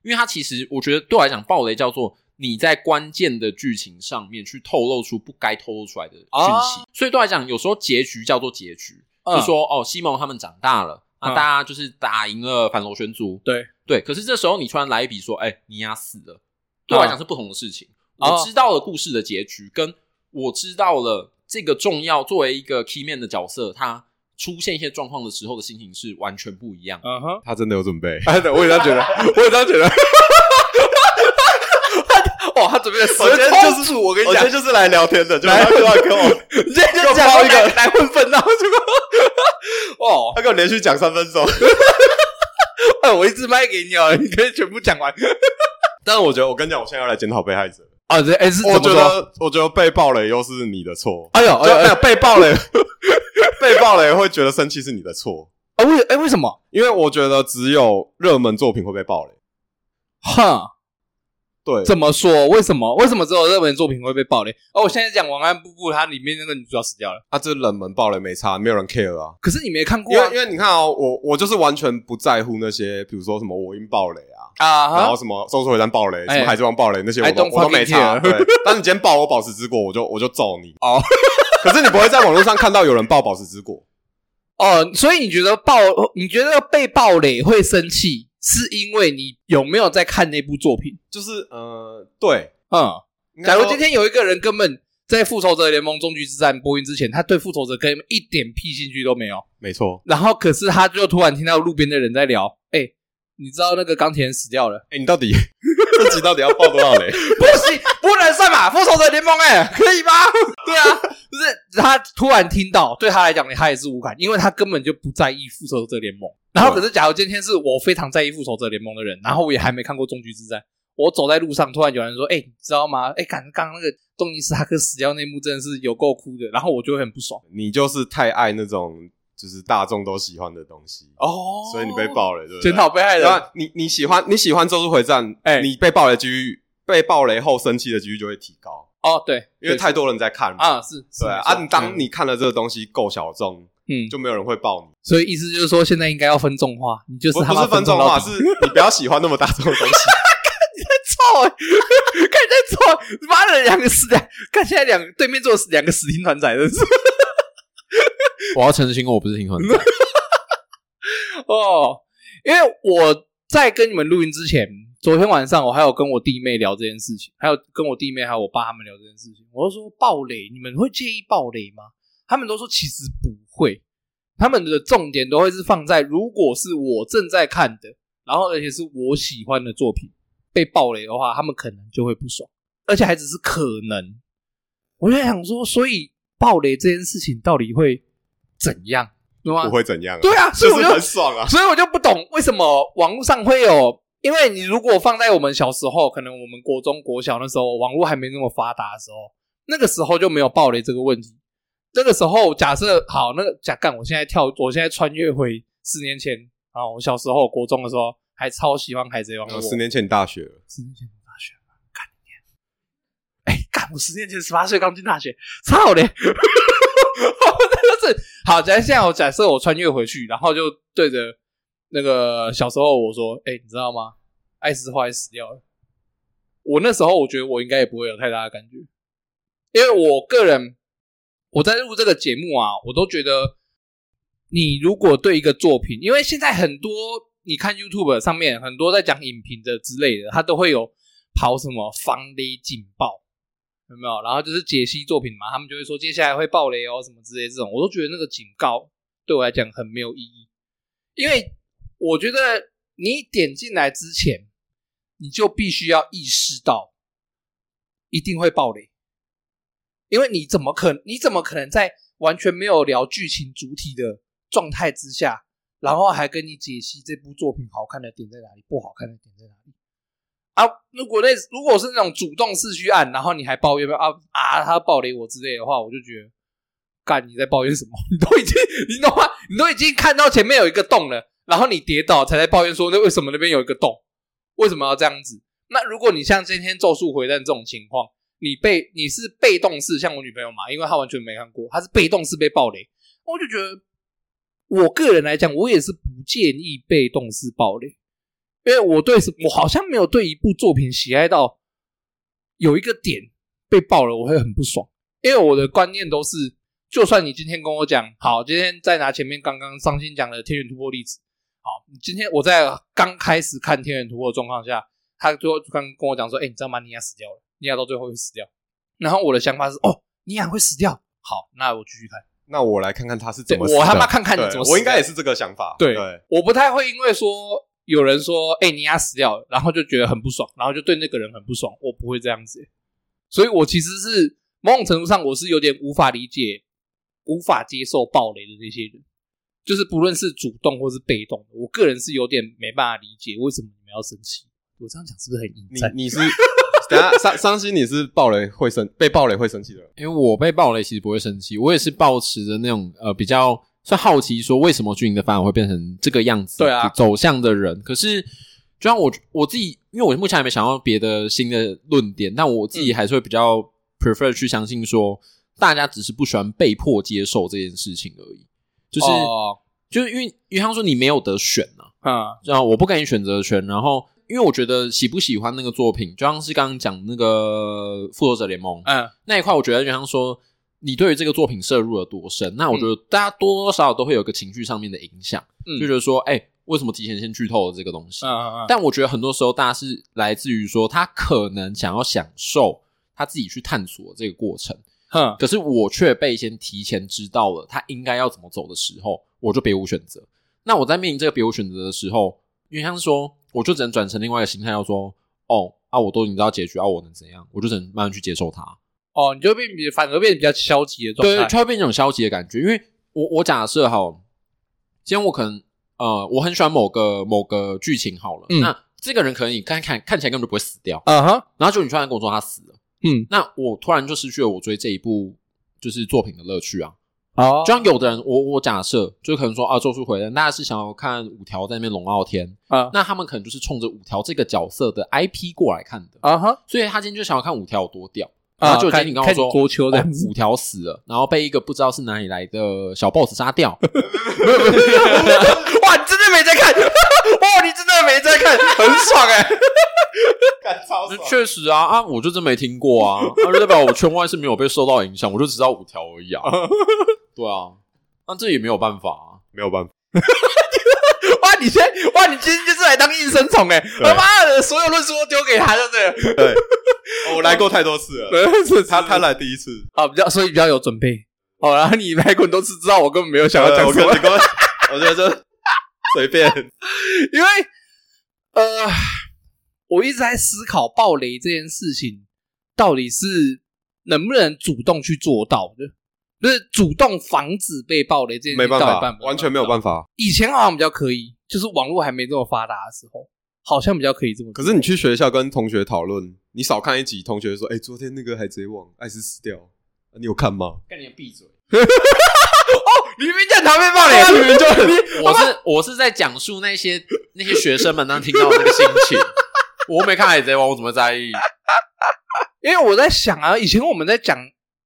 Speaker 3: 因为它其实我觉得对我来讲，暴雷叫做你在关键的剧情上面去透露出不该透露出来的讯息，
Speaker 2: 哦
Speaker 3: 所以对我来讲，有时候结局叫做结局，
Speaker 2: 嗯
Speaker 3: 就说哦，西蒙他们长大了，啊，
Speaker 2: 嗯
Speaker 3: 大家就是打赢了反螺旋族，
Speaker 2: 对
Speaker 3: 对。可是这时候你突然来一笔说，哎、尼亚死了，对我来讲是不同的事情。
Speaker 2: 嗯哦
Speaker 3: 我知道了故事的结局，跟我知道了这个重要作为一个 key man 的角色，他出现一些状况的时候的心情是完全不一样的。
Speaker 2: 嗯哼，
Speaker 1: 他真的有准备，哎，对我也这 样觉得，我也这样觉得。
Speaker 2: 哇，他准备了十
Speaker 1: 我觉得就是
Speaker 2: 是我跟
Speaker 1: 我今天就是来聊天的，就他
Speaker 2: 来
Speaker 1: 就要跟我，
Speaker 2: 你今天就
Speaker 1: 又
Speaker 2: 讲
Speaker 1: 抛
Speaker 2: 到
Speaker 1: 一
Speaker 2: 一
Speaker 1: 个
Speaker 2: 个来混啊分，然后结果哦，
Speaker 1: 他跟我连续讲三分钟。
Speaker 2: 哎，我一支麦给你哦，你可以全部讲完。
Speaker 1: 但是我觉得，我跟你讲，我现在要来检讨被害者。
Speaker 2: 哦，对，哎，是
Speaker 1: 我觉，得，我觉得被爆雷又是你的错，
Speaker 2: 哎呦，
Speaker 1: 就没
Speaker 2: 哎
Speaker 1: 有
Speaker 2: 呦，
Speaker 1: 被爆雷， 被爆雷会觉得生气是你的错，
Speaker 2: 哎，为哎为什么？
Speaker 1: 因为我觉得只有热门作品会被爆雷。
Speaker 2: 哼，
Speaker 1: 对，
Speaker 2: 怎么说？为什么？为什么只有热门作品会被爆雷？哦，我现在讲《晚安布布》，它里面那个女主角死掉了，
Speaker 1: 啊，这冷门爆雷没差，没有人 care 啊。
Speaker 2: 可是你没看过
Speaker 1: 因为
Speaker 2: 啊
Speaker 1: 因为你看哦，我我就是完全不在乎那些，比如说什么我因爆雷啊，
Speaker 2: 啊
Speaker 1: 然后
Speaker 2: 哈？
Speaker 1: 什么《咒术回战》爆雷，
Speaker 2: 哎
Speaker 1: 什么《海贼王》爆雷那些，我
Speaker 2: I
Speaker 1: 都
Speaker 2: don't
Speaker 1: 我都没
Speaker 2: fucking
Speaker 1: 差。
Speaker 2: care
Speaker 1: 对， 但是你今天爆我宝石之国，我就我就揍你
Speaker 2: 哦。
Speaker 1: 可是你不会在网络上看到有人爆宝石之国，
Speaker 2: 哦，所以你觉得爆？你觉得被爆雷会生气，是因为你有没有在看那部作品？
Speaker 1: 就是呃，对。
Speaker 2: 嗯，
Speaker 1: 应该
Speaker 2: 假如
Speaker 1: 说
Speaker 2: 今天有一个人根本在《复仇者联盟：终局之战》播音之前，他对复仇者根本一点屁兴趣都没有。
Speaker 1: 没错，
Speaker 2: 然后可是他就突然听到路边的人在聊，哎、你知道那个钢铁人死掉了？
Speaker 1: 哎，你 到底这集到底要爆多少雷？
Speaker 2: 不行，不能算吧？复仇者联盟、哎，可以吗？ 对啊，就是他突然听到，对他来讲，他也是无感，因为他根本就不在意复仇者联盟。然后可是，假如今天是我非常在意复仇者联盟的人，然后我也还没看过终局之战，我走在路上，突然有人说，哎、你知道吗？哎、感刚刚那个东尼斯塔克死掉那幕真的是有够哭的，然后我就会很不爽。
Speaker 1: 你就是太爱那种就是大众都喜欢的东西，
Speaker 2: 哦
Speaker 1: 所以你被爆雷，对不对？
Speaker 2: 检讨被害人
Speaker 1: 对。啊，你你喜欢你喜欢《咒术回战》，
Speaker 2: 哎
Speaker 1: 你被爆雷几率，被爆雷后生气的几率就会提高，
Speaker 2: 哦，对，
Speaker 1: 因为太多人在看嘛。
Speaker 2: 啊是是
Speaker 1: 对啊，
Speaker 2: 没错
Speaker 1: 啊你当
Speaker 2: 嗯
Speaker 1: 你看了这个东西够小众，
Speaker 2: 嗯
Speaker 1: 就没有人会爆你。
Speaker 2: 所以意思就是说，现在应该要分众化，你就是
Speaker 1: 不
Speaker 2: 他
Speaker 1: 不
Speaker 2: 妈
Speaker 1: 是分啊众
Speaker 2: 众
Speaker 1: 化，
Speaker 2: 化
Speaker 1: 是你不要喜欢那么大众的东 西。
Speaker 2: 臭、欸， 看你在臭欸，妈的两个死两，看现在两对面坐两个死听团仔，真是
Speaker 3: 我要澄清，我不是挺很
Speaker 2: 哦。因为我在跟你们录音之前，昨天晚上我还有跟我弟妹聊这件事情，还有跟我弟妹还有我爸他们聊这件事情，我就说暴雷，你们会介意暴雷吗？他们都说其实不会，他们的重点都会是放在如果是我正在看的，然后而且是我喜欢的作品被暴雷的话，他们可能就会不爽，而且还只是可能。我就在想说，所以暴雷这件事情到底会怎样？懂吗
Speaker 1: 不？会怎样、啊。
Speaker 2: 对啊所以
Speaker 1: 就
Speaker 2: 我
Speaker 1: 是
Speaker 2: 就
Speaker 1: 很爽 啊。
Speaker 2: 所以我就不懂为什么网络上会有，因为你如果放在我们小时候，可能我们国中、国小那时候，网络还没那么发达的时候，那个时候就没有暴雷这个问题。那个时候假设好，那个假干，我现在跳，我现在穿越回四年前啊，我小时候国中的时候还超喜欢海贼王的
Speaker 1: 然后
Speaker 2: 我，
Speaker 1: 十年前你大学了，
Speaker 2: 十年前大学，干你娘！哎，干我十年前十八岁刚进大学，操嘞！真的是 好，咱现在我假设我穿越回去，然后就对着那个小时候我说：“哎、你知道吗？爱斯后来死掉了。”我那时候我觉得我应该也不会有太大的感觉，因为我个人我在录这个节目啊，我都觉得你如果对一个作品，因为现在很多你看 YouTube 上面很多在讲影评的之类的，他都会有跑什么防雷警报，有没有？然后就是解析作品嘛，他们就会说接下来会爆雷哦，什么之类这种，我都觉得那个警告对我来讲很没有意义，因为我觉得你点进来之前，你就必须要意识到一定会爆雷，因为你怎么可你怎么可能在完全没有聊剧情主体的状态之下，然后还跟你解析这部作品好看的点在哪里，不好看的点在哪里？啊，如果那如果是那种主动式去按，然后你还抱怨啊啊他暴雷我之类的话，我就觉得，干你在抱怨什么？ 你都已经你懂吗？你都已经看到前面有一个洞了，然后你跌倒才在抱怨说那为什么那边有一个洞？为什么要这样子？那如果你像今天《咒术回战》这种情况，你被你是被动式，像我女朋友嘛，因为她完全没看过，她是被动式被暴雷，我就觉得我个人来讲，我也是不建议被动式暴雷，因为我对什我好像没有对一部作品喜爱到有一个点被爆了，我会很不爽。因为我的观念都是，就算你今天跟我讲，好，今天再拿前面刚刚伤心讲的《天元突破》例子，好，你今天我在刚开始看《天元突破》的状况下，他最后刚跟我讲说，哎、你知道吗？尼亚死掉了，尼亚到最后会死掉。然后我的想法是，哦，尼亚会死掉，好，那我继续看。
Speaker 1: 那我来看看他是怎么
Speaker 2: 对
Speaker 1: 死的。
Speaker 2: 我他妈看看你
Speaker 1: 对
Speaker 2: 怎么死的
Speaker 1: 我应该也是这个想法。
Speaker 2: 对
Speaker 1: 对，
Speaker 2: 我不太会因为说有人说“哎、你丫死掉了”，然后就觉得很不爽，然后就对那个人很不爽。我不会这样子，所以我其实是某种程度上我是有点无法理解、无法接受暴雷的那些人，就是不论是主动或是被动的，我个人是有点没办法理解为什么你们要生气。我这样讲是不是很阴惨？
Speaker 1: 你你是 等一下伤伤心，你是暴雷会生被暴雷会生气的人。
Speaker 3: 因为我被暴雷其实不会生气，我也是抱持着那种呃比较算好奇，说为什么剧情的发展会变成这个样子，
Speaker 2: 对啊
Speaker 3: 走向的人。可是就像我我自己，因为我目前还没想到别的新的论点，但我自己还是会比较 prefer 去相信说，大家只是不喜欢被迫接受这件事情而已，就是、
Speaker 2: 哦
Speaker 3: 就是因为因为他说你没有得选啊，
Speaker 2: 嗯
Speaker 3: 然后我不给你选择权，然后。因为我觉得喜不喜欢那个作品，就像是刚刚讲那个《复仇者联盟》，
Speaker 2: 嗯，
Speaker 3: 那一块，我觉得就像说，你对于这个作品摄入了多深，那我觉得大家多多少少都会有一个情绪上面的影响，
Speaker 2: 嗯
Speaker 3: 就觉得说，哎、为什么提前先剧透了这个东西？
Speaker 2: 嗯嗯嗯，
Speaker 3: 但我觉得很多时候大家是来自于说，他可能想要享受他自己去探索这个过程，
Speaker 2: 哼，
Speaker 3: 可是我却被先提前知道了他应该要怎么走的时候，我就别无选择。那我在面临这个别无选择的时候，因为像是说，我就只能转成另外一个心态，要说，哦，啊，我都已经知道结局，啊，我能怎样？我就只能慢慢去接受它。
Speaker 2: 哦，你就变比反而变比较消极的状
Speaker 3: 对，
Speaker 2: 态。
Speaker 3: 就会变成一种消极的感觉。因为我我假设哈，今天我可能呃，我很喜欢某个某个剧情好了，
Speaker 2: 嗯
Speaker 3: 那这个人可能你看看看起来根本就不会死掉，
Speaker 2: 嗯哼，
Speaker 3: 然后就你突然跟我说他死了，
Speaker 2: 嗯，
Speaker 3: 那我突然就失去了我追这一部就是作品的乐趣啊。
Speaker 2: 哦
Speaker 3: 就像有的人，我我假设就可能说啊，《咒术回战》大家是想要看五条在那边龙傲天，
Speaker 2: 啊
Speaker 3: 那他们可能就是冲着五条这个角色的 IP 过来看的，
Speaker 2: 啊哈，
Speaker 3: 所以他今天就想要看五条有多屌。然
Speaker 2: 啊
Speaker 3: 后就今
Speaker 2: 看
Speaker 3: 天你跟我
Speaker 2: 看
Speaker 3: 说
Speaker 2: 国球这样子
Speaker 3: 哦五条死了，然后被一个不知道是哪里来的小 boss 杀掉。
Speaker 2: 哇，你真的没在看？哇，你真的没在看，很爽哎、
Speaker 1: 干超爽
Speaker 3: 确实啊啊，我就真没听过啊，那就代表我圈外是没有被受到影响，我就只知道五条而已 啊。对啊，那这也没有办法啊。
Speaker 1: 没有办法，
Speaker 2: 哇，你现在哇，你今天就是来当应声虫哎、他妈的，所有论述都丢给他，对不对？
Speaker 1: 哦我来过太多次了。
Speaker 2: 是
Speaker 1: 他他来第一次，
Speaker 2: 啊，比较所以比较有准备。哦，然后你来滚都是知道我根本没有想要
Speaker 1: 呃
Speaker 2: 讲
Speaker 1: 我
Speaker 2: 什
Speaker 1: 跟
Speaker 2: 么
Speaker 1: 你，跟我，我觉得就 随便。
Speaker 2: 因为呃，我一直在思考暴雷这件事情到底是能不能主动去做到的，就是主动防止被暴雷这件事
Speaker 1: 没
Speaker 2: 情
Speaker 1: 办
Speaker 2: 到底
Speaker 1: 法
Speaker 2: 办，不
Speaker 1: 完全没有
Speaker 2: 办法。
Speaker 1: 办法。
Speaker 2: 以前好像比较可以，就是网络还没这么发达的时候，好像比较可以这么做。
Speaker 1: 可是你去学校跟同学讨论，你少看一集，同学说：“哎、昨天那个海贼王艾斯死掉，啊你有看吗
Speaker 3: 干你闭嘴！
Speaker 2: 你明明在旁边爆
Speaker 1: 啊
Speaker 3: 对，
Speaker 2: 雷，
Speaker 3: 明明就很， 我是我是在讲述那些那些学生们当听到的那个心 情。我没看海贼王，我怎么在意？
Speaker 2: 因为我在想啊，以前我们在讲，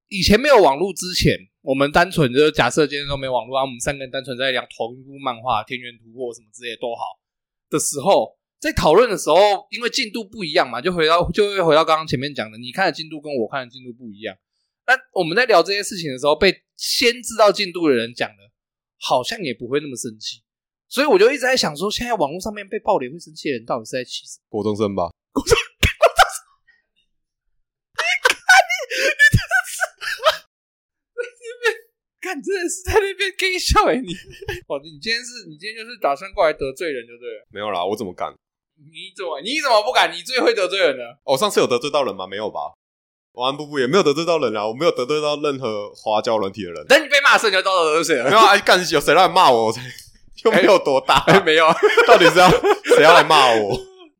Speaker 2: 以前没有网络之前，我们单纯就是假设今天都没网络，啊然后我们三个人单纯在讲同一部漫画《天元突破》什么之类的都好的时候，在讨论的时候，因为进度不一样嘛，就回到就会回到刚刚前面讲的，你看的进度跟我看的进度不一样。那我们在聊这些事情的时候，被先知道进度的人讲的，好像也不会那么生气。所以我就一直在想说，现在网络上面被暴雷会生气的人到底是在气什么？
Speaker 1: 国中生吧，
Speaker 2: 看，真的是在那边跟笑哎、你！ 哦，你今天是你今天就是打算过来得罪人就对了。
Speaker 1: 没有啦，我怎么敢？
Speaker 2: 你怎么你怎么不敢？你最会得罪人了。
Speaker 1: 哦，上次有得罪到人吗？没有吧？晚安布布也没有得罪到人啊，我没有得罪到任何花椒软体的人。
Speaker 2: 等你被骂的时候，你就知道得罪谁
Speaker 1: 没
Speaker 2: 了。
Speaker 1: 有啊，哎干有谁来骂我？我 才又 没有啊多大，
Speaker 2: 哎，没有。
Speaker 1: 到底是要谁要来骂我？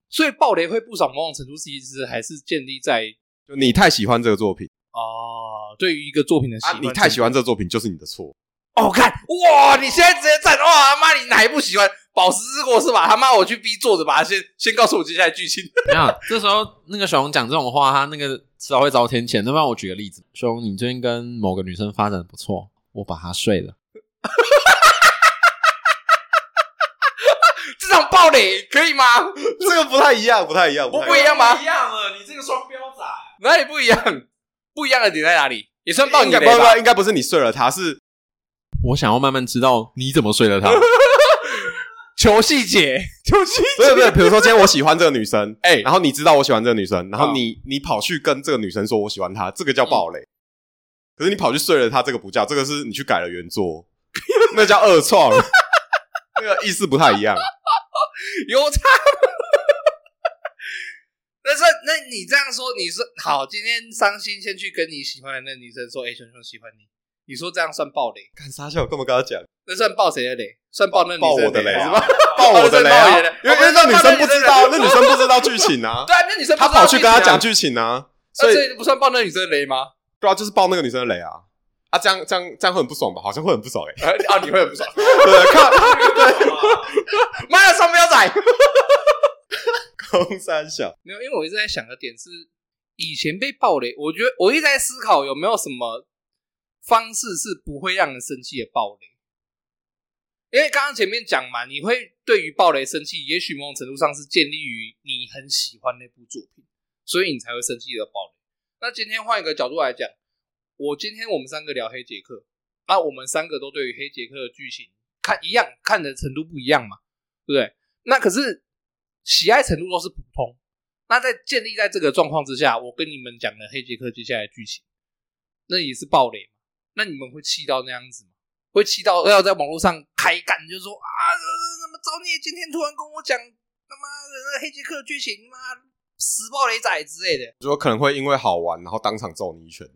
Speaker 2: 所以暴雷会不爽，某种程度其实还是建立在
Speaker 1: 就你太喜欢这个作品
Speaker 2: 哦，对于一个作品的喜
Speaker 1: 啊，
Speaker 2: 欢。
Speaker 1: 你太喜欢这个作品就是你的错。
Speaker 2: 哦，看哇！你现在直接站哇，妈你哪一部喜欢？宝石之国是吧？他妈我去逼作者把他先先告诉我接下来剧情。
Speaker 3: 没有，这时候那个熊讲这种话，他那个迟早会遭天谴。那不然我举个例子，熊，你最近跟某个女生发展得不错，我把她睡了。
Speaker 2: 这场暴雷可以吗？
Speaker 1: 这个不太一样，不太一样，
Speaker 2: 我
Speaker 1: 太
Speaker 2: 哎不一样吗？
Speaker 3: 一样了，你这个双标仔。
Speaker 2: 哪里不一样？不一样的点在哪里？也算爆
Speaker 1: 应
Speaker 2: 你
Speaker 1: 该
Speaker 2: 雷
Speaker 1: 不不，
Speaker 2: 吧？
Speaker 1: 应该不是你睡了他，是
Speaker 3: 我想要慢慢知道你怎么睡了她。
Speaker 2: 求细节，求细
Speaker 1: 不是不是？比如说今天我喜欢这个女 生，
Speaker 2: 哎
Speaker 1: 然后你知道我喜欢这个女生，然后
Speaker 2: 嗯
Speaker 1: 你你跑去跟这个女生说我喜欢她，这个叫暴雷。可是你跑去睡了她，这个不叫，这个是你去改了原作， 那叫二创， 那个意思不太一样。
Speaker 2: 有差。但是，那你这样说，你说好，今天伤心先去跟你喜欢的那个女生说，哎、熊熊喜欢你，你说这样算暴雷？
Speaker 1: 看傻笑，干嘛跟他讲？
Speaker 2: 那算暴谁的雷？算暴那个
Speaker 1: 爆
Speaker 2: 女
Speaker 1: 我
Speaker 2: 生
Speaker 1: 的雷
Speaker 2: 雷
Speaker 1: 啊
Speaker 2: 是吧？
Speaker 1: 爆我的雷啊！
Speaker 2: 爆
Speaker 1: 因
Speaker 2: 你
Speaker 1: 为
Speaker 2: 的雷
Speaker 1: 因为那女生不知道，那女生不知道剧情啊，
Speaker 2: 对啊，那女生不知道
Speaker 1: 她跑去跟
Speaker 2: 剧
Speaker 1: 他
Speaker 2: 情啊
Speaker 1: 讲，剧情啊，所
Speaker 2: 那
Speaker 1: 以
Speaker 2: 这不算暴那女生的雷吗？
Speaker 1: 对啊，就是爆那个女生的雷啊。啊，这样这样这样会很不爽吧？好像会很不爽哎、
Speaker 2: 啊，啊 你会很不爽。
Speaker 1: 对，看
Speaker 2: 妈的，双标仔！
Speaker 1: 空三小，
Speaker 2: 没有，因为我一直在想的点是，以前被暴雷，我觉得我一直在思考有没有什么方式是不会让人生气的暴雷。因为刚刚前面讲嘛，你会对于暴雷生气，也许某种程度上是建立于你很喜欢那部作品，所以你才会生气的暴雷。那今天换一个角度来讲，我今天我们三个聊黑杰克，那我们三个都对于黑杰克的剧情看一样看的程度不一样嘛，对不对？那可是喜爱程度都是普通，那在建立在这个状况之下，我跟你们讲的黑杰克接下来的剧情，那也是暴雷嘛？那你们会气到那样子吗？会气到要在网络上开干，就说啊，呃怎么造孽今天突然跟我讲他妈的那黑杰克的剧情，妈死暴雷仔之类的，
Speaker 1: 就可能会因为好玩，然后当场揍你 一拳。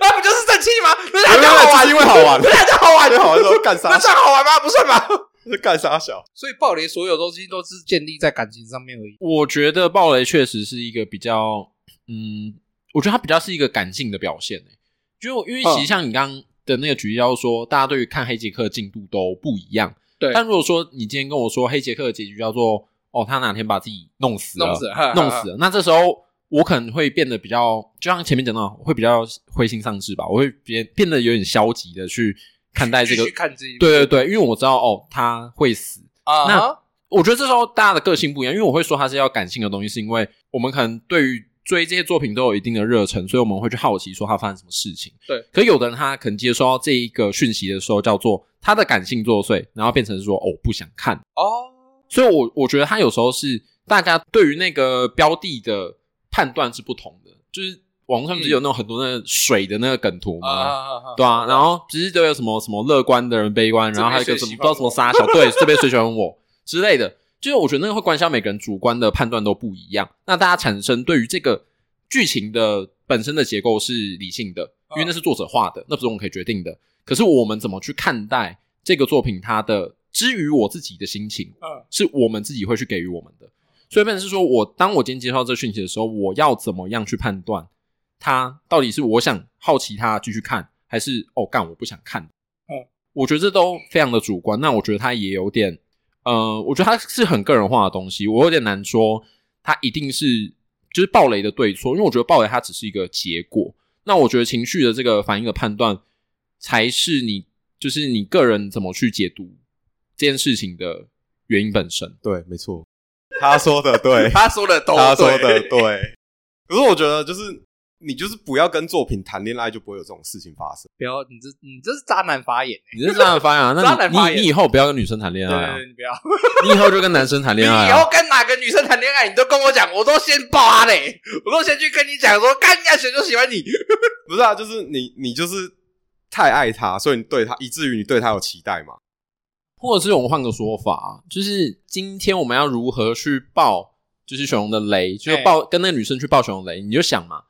Speaker 2: 那不就是生气吗？那
Speaker 1: 没有没有就是因为好 玩
Speaker 2: 那叫好玩
Speaker 1: 就好玩说干啥？
Speaker 2: 算好玩吗？不算吧。
Speaker 1: 是干啥小？
Speaker 2: 所以暴雷所有东西都是建立在感情上面而已。
Speaker 3: 我觉得暴雷确实是一个比较，嗯，我觉得它比较是一个感性的表现、欸、就因为
Speaker 2: 嗯
Speaker 3: 其实像你刚刚的那个举例要说，大家对于看黑杰克的进度都不一样。
Speaker 2: 对
Speaker 3: 但如果说你今天跟我说黑杰克的结局叫做哦，他哪天把自己弄死了，
Speaker 2: 弄死了嗯
Speaker 3: 弄死了，那这时候我可能会变得比较，就像前面讲到，会比较灰心丧志吧，我会变变得有点消极的去看待这个
Speaker 2: 继续。看这一部
Speaker 3: 对对对，因为我知道哦，他会死，
Speaker 2: 啊
Speaker 3: 那
Speaker 2: 哈，
Speaker 3: 我觉得这时候大家的个性不一样，因为我会说它是要感性的东西，是因为我们可能对于追这些作品都有一定的热忱，所以我们会去好奇说它发生什么事情。
Speaker 2: 对，
Speaker 3: 可有的人他可能接收到这一个讯息的时候，叫做他的感性作祟，然后变成说哦不想看。
Speaker 2: 哦，
Speaker 3: 所以我我觉得他有时候是大家对于那个标的的判断是不同的，就是网络上不是有那种很多那个水的那个梗图吗？
Speaker 2: 嗯啊，
Speaker 3: 对啊，然后只是都有什么什么乐观的人、悲观，
Speaker 2: 这
Speaker 3: 然后还有一个
Speaker 2: 杯
Speaker 3: 什
Speaker 2: 水
Speaker 3: 么
Speaker 2: 喜
Speaker 3: 不
Speaker 2: 欢
Speaker 3: 知道什么傻小， 对，这边谁喜欢我之类的，就是我觉得那个会关系到每个人主观的判断都不一样。那大家产生对于这个剧情的本身的结构是理性的，
Speaker 2: 嗯
Speaker 3: 因为那是作者画的，那不是我们可以决定的。可是我们怎么去看待这个作品，它的之于我自己的心情，
Speaker 2: 嗯
Speaker 3: 是我们自己会去给予我们的。所以，变成是说我当我今天接收到这讯息的时候，我要怎么样去判断它到底是我想好奇它继续看，还是哦干我不想看。
Speaker 2: 嗯，，
Speaker 3: 我觉得这都非常的主观。那我觉得他也有点，呃，我觉得他是很个人化的东西，我有点难说他一定是就是暴雷的对错，因为我觉得暴雷它只是一个结果。那我觉得情绪的这个反应的判断，才是你就是你个人怎么去解读这件事情的原因本身。
Speaker 1: 对，没错， 他说的对
Speaker 2: 他说的都
Speaker 1: 他说
Speaker 2: 对
Speaker 1: 的对。可是我觉得，就是你就是不要跟作品谈恋爱，就不会有这种事情发生。
Speaker 2: 不要，你这你这是渣男发言、
Speaker 3: 你是渣男发言啊？
Speaker 2: 渣男发
Speaker 3: 那
Speaker 2: 言
Speaker 3: 你你你以后不要跟女生谈恋
Speaker 2: 欸，
Speaker 3: 爱
Speaker 2: 对
Speaker 3: 啊
Speaker 2: 对，对，你不要，
Speaker 3: 你以后就跟男生谈恋爱
Speaker 2: 你以
Speaker 3: 啊
Speaker 2: 后。跟哪个女生谈恋爱，你都跟我讲，我都先爆她嘞，我都先去跟你讲说，干人家谁就喜欢你，
Speaker 1: 不是啊，就是你你就是太爱他，所以你对他，以至于你对他有期待嘛。
Speaker 3: 或者是我们换个说法，啊就是今天我们要如何去爆，就是熊的雷，就是
Speaker 2: 哎
Speaker 3: 爆、跟那个女生去爆熊的雷，你就想嘛，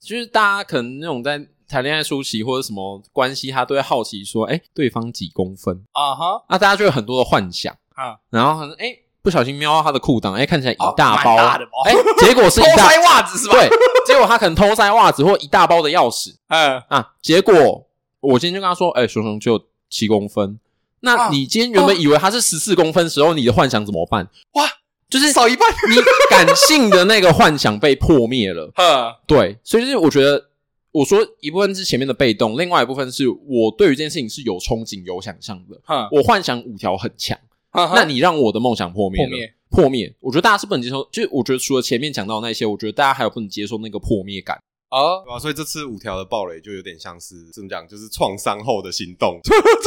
Speaker 3: 就是大家可能那种在谈恋爱初期或者什么关系，他都会好奇说，哎、对方几公分
Speaker 2: 啊哈，
Speaker 3: 啊？大家就有很多的幻想
Speaker 2: 啊，
Speaker 3: 然后可能哎、不小心瞄到他的裤裆，哎、看起来一大
Speaker 2: 哦蛮
Speaker 3: 包，
Speaker 2: 大的包
Speaker 3: 哎、结果 是
Speaker 2: 偷
Speaker 3: 一大
Speaker 2: 塞袜子是吧？
Speaker 3: 对，结果他可能偷塞袜子或一大包的钥匙，
Speaker 2: 嗯，
Speaker 3: 啊，结果我今天就跟他说，哎、熊熊只有七公分。那
Speaker 2: 啊
Speaker 3: 你今天原本以为他是十四公分时候，你的幻想怎么办？
Speaker 2: 哇，
Speaker 3: 就是
Speaker 2: 少一半，
Speaker 3: 你感性的那个幻想被破灭了。
Speaker 2: 哼，
Speaker 3: 对，所以就是我觉得，我说一部分是前面的被动，另外一部分是我对于这件事情是有憧憬、有想象的。
Speaker 2: 哼，
Speaker 3: 我幻想五条很强，那
Speaker 2: 那
Speaker 3: 你让我的梦想破
Speaker 2: 啊
Speaker 3: 灭
Speaker 2: 破
Speaker 3: 了。
Speaker 2: 灭，
Speaker 3: 破灭，我觉得大家是不能接受。就是我觉得除了前面讲到的那些，我觉得大家还有不能接受那个破灭感。
Speaker 2: 哦，
Speaker 1: 对啊，所以这次五条的暴雷就有点像是怎么讲，就是创伤后的行 动。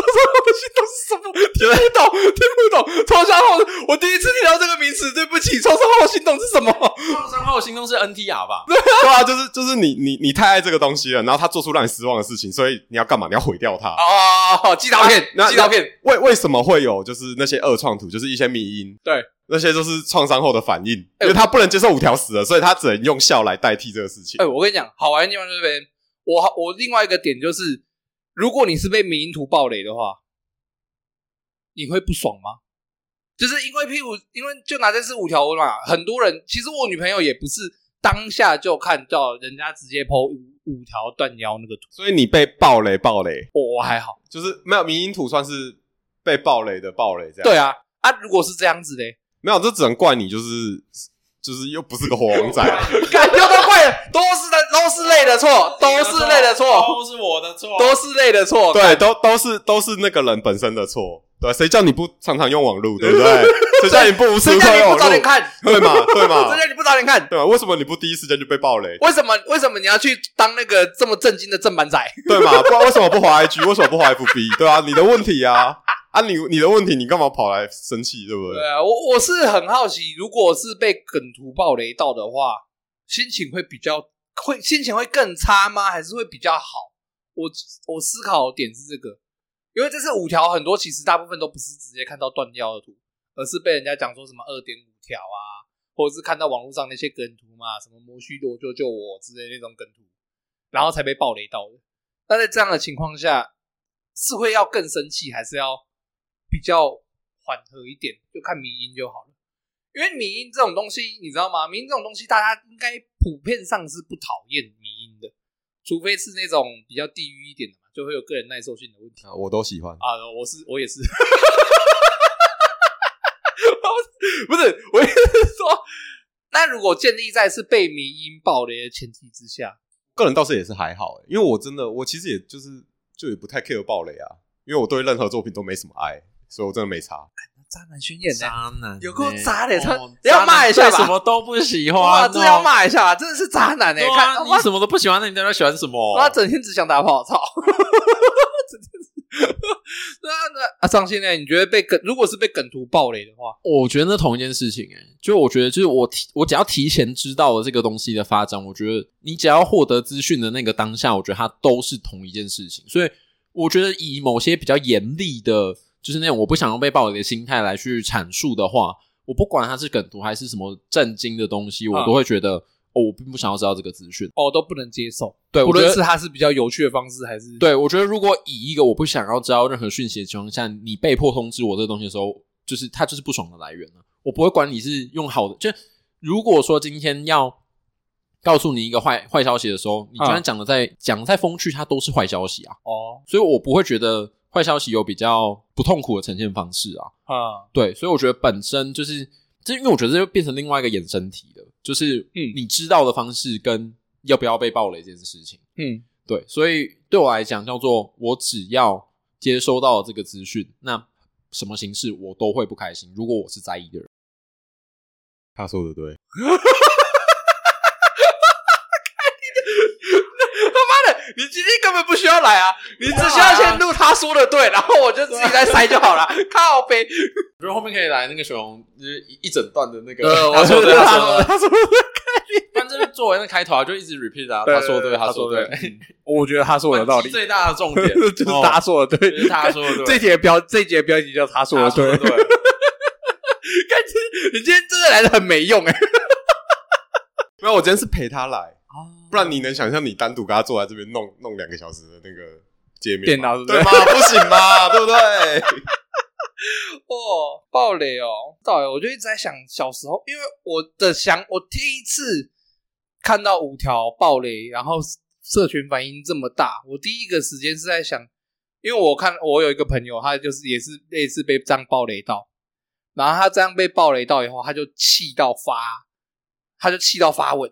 Speaker 2: 什 么听不懂，听不懂，创伤后，我第一次听到这个名词，对不起，创伤后心动是什么？
Speaker 3: 创伤后心动是 NTR 吧？
Speaker 1: 对啊，就是就是你你你太爱这个东西了，然后他做出让你失望的事情，所以你要干嘛？你要毁掉他。
Speaker 2: 哦，寄刀片，
Speaker 1: 那
Speaker 2: 寄刀片，
Speaker 1: 为为什么会有就是那些恶创图，就是一些迷因，
Speaker 2: 对，
Speaker 1: 那些就是创伤后的反应，
Speaker 2: 哎
Speaker 1: 因为他不能接受五条死了，所以他只能用笑来代替这个事情。
Speaker 2: 哎、我跟你讲，好玩的地方就是这边，我我另外一个点就是，如果你是被迷因图暴雷的话，你会不爽吗？就是因为譬如，因为就拿这次五条纹嘛，很多人其实我女朋友也不是当下就看到人家直接剖五五条断腰那个图，
Speaker 1: 所以你被暴雷暴雷，
Speaker 2: 我我还好。
Speaker 1: 就是没有迷因图算是被暴雷的暴雷这样。
Speaker 2: 对，啊，啊，如果是这样子嘞，
Speaker 1: 没有，这只能怪你，就是就是又不是 个火王仔。啊
Speaker 2: 感觉都怪了，都是的，都是累的错，都是累的错，
Speaker 3: 是我的错
Speaker 2: 都是累的错。
Speaker 1: 对，啊都都是都是那个人本身的错。对，谁叫你不常常用网络，对不 对？谁叫你不无时
Speaker 2: 谁
Speaker 1: 无
Speaker 2: 叫
Speaker 1: 刻
Speaker 2: 你
Speaker 1: 用
Speaker 2: 不
Speaker 1: 网
Speaker 2: 早 点
Speaker 1: 络？
Speaker 2: 看？
Speaker 1: 对嘛，对嘛
Speaker 2: 谁，叫你不早点看？
Speaker 1: 对啊嘛？为什么你不第一时间就被暴雷？
Speaker 2: 为什么为什么你要去当那个这么震惊的正版仔？
Speaker 1: 对嘛？不然为什么不滑 IG？为什么不滑 FB？对啊，你的问题啊啊，你你的问题，你干嘛跑来生气？对不对
Speaker 2: 对？啊，我我是很好奇，如果是被梗图暴雷到的话，心情会比较会心情会更差吗？还是会比较好？我我思考的点是这个，因为这次五条很多其实大部分都不是直接看到断掉的图，而是被人家讲说什么二点五条啊，或者是看到网络上那些梗图嘛，什么摩须罗救救我之类的那种梗图，然后才被暴雷到的。那在这样的情况下，是会要更生气，还是要比较缓和一点，就看迷音就好了。因为迷音这种东西，你知道吗？迷音这种东西，大家应该普遍上是不讨厌迷音的，除非是那种比较地域一点的嘛，就会有个人耐受性的问题
Speaker 1: 啊我都喜欢。
Speaker 2: 啊。我是我也是，不是我意思是说，那如果建立在是被迷音暴雷的前提之下，
Speaker 1: 个人倒是也是还好、欸，因为我真的我其实也就是就也不太 care 暴雷啊，因为我对任何作品都没什么爱，所以我真的没差。
Speaker 2: 渣男宣言呢、
Speaker 3: 渣男欸、
Speaker 2: 有够渣的他
Speaker 3: 哦
Speaker 2: 要骂一下吧
Speaker 3: 渣男对什么都不喜欢，啊
Speaker 2: 哇，这要骂一下啊，真的是渣男哎、
Speaker 3: 哦对啊
Speaker 2: 看
Speaker 3: 你什么都不喜欢，那你到底喜欢什么？
Speaker 2: 他整天只想打炮，操！整天只那那啊，张现在你觉得被梗，如果是被梗图暴雷的话，
Speaker 3: 我觉得那同一件事情、欸，就我觉得，就是我提，我只要提前知道了这个东西的发展，我觉得你只要获得资讯的那个当下，我觉得它都是同一件事情。所以我觉得以某些比较严厉的，就是那种我不想要被暴雷的心态来去阐述的话，我不管它是梗图还是什么震惊的东西，我都会觉得、哦，我并不想要知道这个资讯。
Speaker 2: 哦，都不能接受。
Speaker 3: 对，
Speaker 2: 无
Speaker 3: 我觉
Speaker 2: 论
Speaker 3: 得
Speaker 2: 是他是比较有趣的方式，还是
Speaker 3: 对，我觉得如果以一个我不想要知道任何讯息的情况下，你被迫通知我这个东西的时候，就是它就是不爽的来源了、我不会管你是用好的，就如果说今天要告诉你一个坏坏消息的时候，你就算
Speaker 2: 嗯
Speaker 3: 讲的再讲的再风趣，它都是坏消息啊。
Speaker 2: 哦，
Speaker 3: 所以我不会觉得坏消息有比较不痛苦的呈现方式啊。
Speaker 2: 嗯
Speaker 3: 对，所以我觉得本身就是，这因为我觉得这就变成另外一个衍生题了，就是
Speaker 2: 嗯
Speaker 3: 你知道的方式跟要不要被暴雷这件事情。
Speaker 2: 嗯
Speaker 3: 对，所以对我来讲叫做我只要接收到这个资讯，那什么形式我都会不开心。如果我是在意的人，
Speaker 1: 他说的对，
Speaker 2: 你今天根本不需要来啊！你只需要先录他说的对，然后我就自己再塞就好了。
Speaker 3: 啊
Speaker 2: 靠背，
Speaker 3: 我觉得后面可以来那个熊，就是一一整段的那个
Speaker 2: 呃，
Speaker 3: 他
Speaker 2: 我
Speaker 3: 说
Speaker 2: 说
Speaker 3: 对，
Speaker 2: 的，
Speaker 3: 他说 对，
Speaker 2: 他说的，
Speaker 3: 反正作为那开头啊，就一直 repeat 啊，
Speaker 2: 对
Speaker 3: 他说对，
Speaker 2: 对
Speaker 3: 他说嗯对，
Speaker 2: 他我觉得他说的有 道理，
Speaker 3: 最大的重点
Speaker 2: 就是 他说的
Speaker 3: 哦
Speaker 2: 对
Speaker 3: 就是。他说的
Speaker 2: 这
Speaker 3: 对，
Speaker 2: 节标这节标题叫他说
Speaker 3: 他
Speaker 2: 的
Speaker 3: 说
Speaker 2: 对
Speaker 3: 的，对。
Speaker 2: 你今天真的来的很没用哎。
Speaker 1: 没有，我今天是陪他来，
Speaker 2: 哦，
Speaker 1: 不然你能想象你单独跟他坐在这边弄弄两个小时的那个界面
Speaker 2: 电
Speaker 1: 吗
Speaker 2: 脑是不是
Speaker 1: 对吗？不行吧，对不对？
Speaker 2: 哦，暴雷哦，不知道欸我就一直在想小时候，因为我的想，我第一次看到五条暴雷，然后社群反应这么大，我第一个时间是在想，因为我看我有一个朋友，他就是也是类似被这样暴雷到，然后他这样被暴雷到以后，他就气到发，他就气到发文，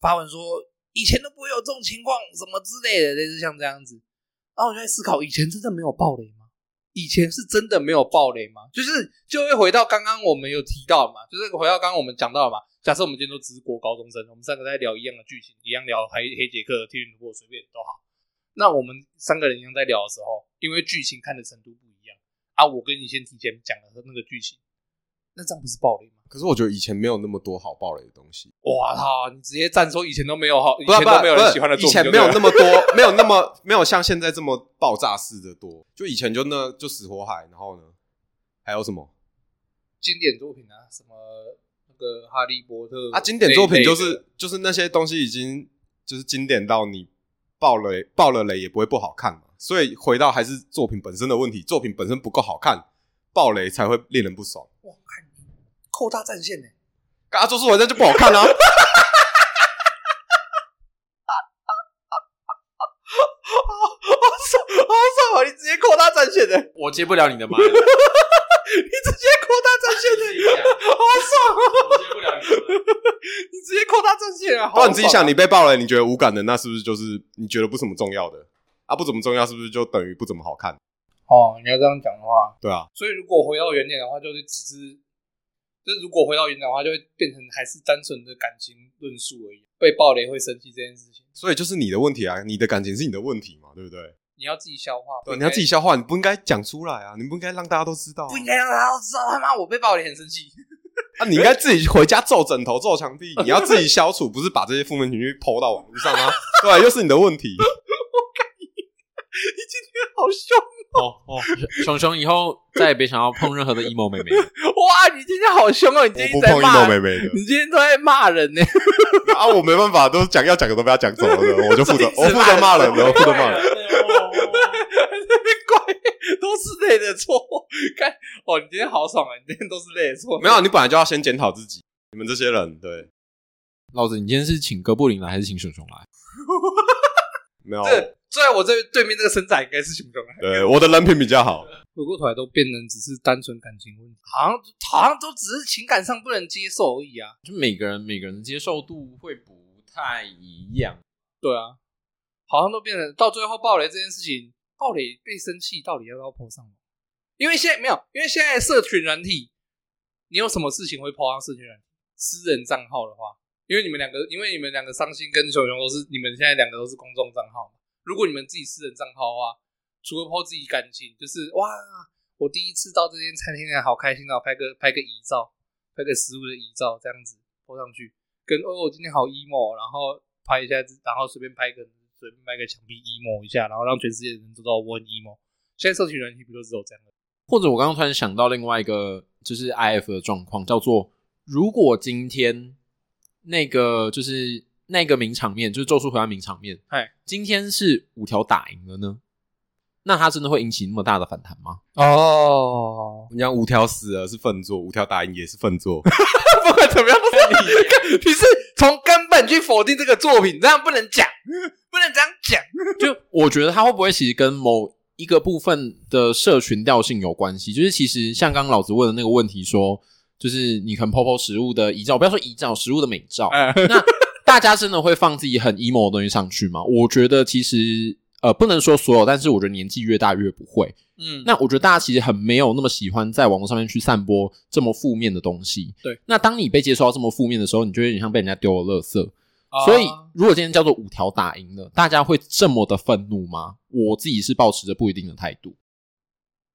Speaker 2: 发文说以前都不会有这种情况，什么之类的，类似像这样子。然后我就在思考，以前真的没有暴雷吗？以前是真的没有暴雷吗？就是就会回到刚刚我们有提到嘛，就是回到刚刚我们讲到嘛。假设我们今天都只是国高中生，我们三个在聊一样的剧情，一样聊黑黑杰克、天云如果随便都好。那我们三个人一样在聊的时候，因为剧情看的程度不一样啊，我跟你先提前讲的那个剧情，那这样不是暴雷吗？
Speaker 1: 可是我觉得以前没有那么多好暴雷的东西，
Speaker 2: 哇操！你直接站说以前都没有好，以
Speaker 1: 不是
Speaker 2: 前
Speaker 1: 不
Speaker 2: 都
Speaker 1: 是
Speaker 2: 没有
Speaker 1: 不
Speaker 2: 人
Speaker 1: 是
Speaker 2: 喜欢的作
Speaker 1: 以
Speaker 2: 品，
Speaker 1: 前没有那么多，没有那么没有像现在这么爆炸式的多。就以前就那就死火海，然后呢，还有什么
Speaker 2: 经典作品啊，什么那个《哈利波特》
Speaker 1: 啊？经典作品就是就是那些东西已经就是经典到你爆雷爆了雷也不会不好看嘛。所以回到还是作品本身的问题，作品本身不够好看，爆雷才会令人不爽。
Speaker 2: 哇，看你扣大战线呢、
Speaker 1: 刚刚咒术回战就不好看啊，
Speaker 2: 好爽，好爽啊！你直接扩大战 线的，你
Speaker 3: 我接不了你的麦，
Speaker 2: 直接扩大战线的，好爽啊！
Speaker 3: 我接不了你的麦。
Speaker 2: 你直接扩大战线啊！
Speaker 1: 不
Speaker 2: 好
Speaker 1: 然你自己想，你被爆雷，你觉得无感的，那是不是就是你觉得不怎么重要的啊？不怎么重要，是不是就等于不怎么好看？
Speaker 2: 哦，你要这样讲的话，
Speaker 1: 对啊，
Speaker 2: 所以如果回到原点的话，就是只是，就是如果回到原点的话，就会变成还是单纯的感情论述而已。被暴雷会生气这件事情，
Speaker 1: 所以就是你的问题啊，你的感情是你的问题嘛，对不对？
Speaker 2: 你要自己消化，
Speaker 1: 对，你要自己消化，你不应该讲出来啊，你不应该让大家都知道、啊，
Speaker 2: 不应该让大家都知道他妈我被暴雷很生气。
Speaker 1: 啊，你应该自己回家揍枕头、揍墙壁，你要自己消除，不是把这些负面情绪抛到网络 上吗？对，啊又是你的问题。
Speaker 2: 你今天好凶
Speaker 3: 哦哦，熊熊以后再也别想要碰任何的 emo 妹妹了。
Speaker 2: 哇！你今天好凶哦！你今天一
Speaker 1: 我
Speaker 2: 直
Speaker 1: 不碰一
Speaker 2: 在骂
Speaker 1: 诺，妹妹的
Speaker 2: 你今天都在骂人呢。
Speaker 1: 啊，我没办法，都讲要讲的都被他讲走了，我 就负责，我
Speaker 2: 这一次
Speaker 1: 负责骂人的，我负责骂人。
Speaker 3: 人。
Speaker 2: 怪，都是累的错。看，哦，你今天好爽啊！你今天都是累的错。
Speaker 1: 没有，啊你本来就要先检讨自己，你们这些人，对，
Speaker 3: 老子，你今天是请哥布林来还是请熊熊来？
Speaker 1: 没有，
Speaker 2: 这虽然我这对面这个身材应该是熊熊啊，
Speaker 1: 对，我的人品比较好。
Speaker 2: 回过头来都变成只是单纯感情问题，好像好像都只是情感上不能接受而已啊。
Speaker 3: 就每个人每个人的接受度会不太一样。
Speaker 2: 对啊，好像都变成到最后暴雷这件事情，暴雷被生气到底要不要抛上网？因为现在没有，因为现在社群软体，你有什么事情会抛上社群软体？私人账号的话，因为你们两个，因为你们两个伤心跟熊熊都是你们现在两个都是公众账号嘛。如果你们自己私人账号的话，除了抛自己感情，就是哇，我第一次到这间餐厅啊，好开心啊，拍个拍个遗照，拍个食物的遗照，这样子抛上去。跟哦，我今天好 emo，然后拍一下自，然后随便拍一个，随便拍个墙壁 emo 一下，然后让全世界的人都知道我很 emo。现在社群软体不就只有这样的？
Speaker 3: 或者我刚刚突然想到另外一个，就是 I F 的状况，叫做如果今天那个就是那个名场面，就是《咒术回战》名场面，
Speaker 2: 嗨，
Speaker 3: 今天是五条打赢了呢，那他真的会引起那么大的反弹吗？
Speaker 2: 哦，
Speaker 1: 你讲五条死了是粪作，五条打赢也是粪作，
Speaker 2: 不管怎么样都是
Speaker 1: 理，
Speaker 2: 你是从根本去否定这个作品，这样不能讲， 不能这样讲。
Speaker 3: 就我觉得它会不会其实跟某一个部分的社群调性有关系？就是其实像刚刚老子问的那个问题说，就是你可能 POPO 食物的遗照，不要说遗照，食物的美照，
Speaker 2: 哎
Speaker 3: 那大家真的会放自己很 emo 的东西上去吗？我觉得其实呃不能说所有，但是我觉得年纪越大越不会。
Speaker 2: 嗯，
Speaker 3: 那我觉得大家其实很没有那么喜欢在网络上面去散播这么负面的东西。
Speaker 2: 对，
Speaker 3: 那当你被接受到这么负面的时候，你就有点像被人家丢了垃圾。
Speaker 2: 啊
Speaker 3: 所以，如果今天叫做五条打赢了，大家会这么的愤怒吗？我自己是保持着不一定的态度。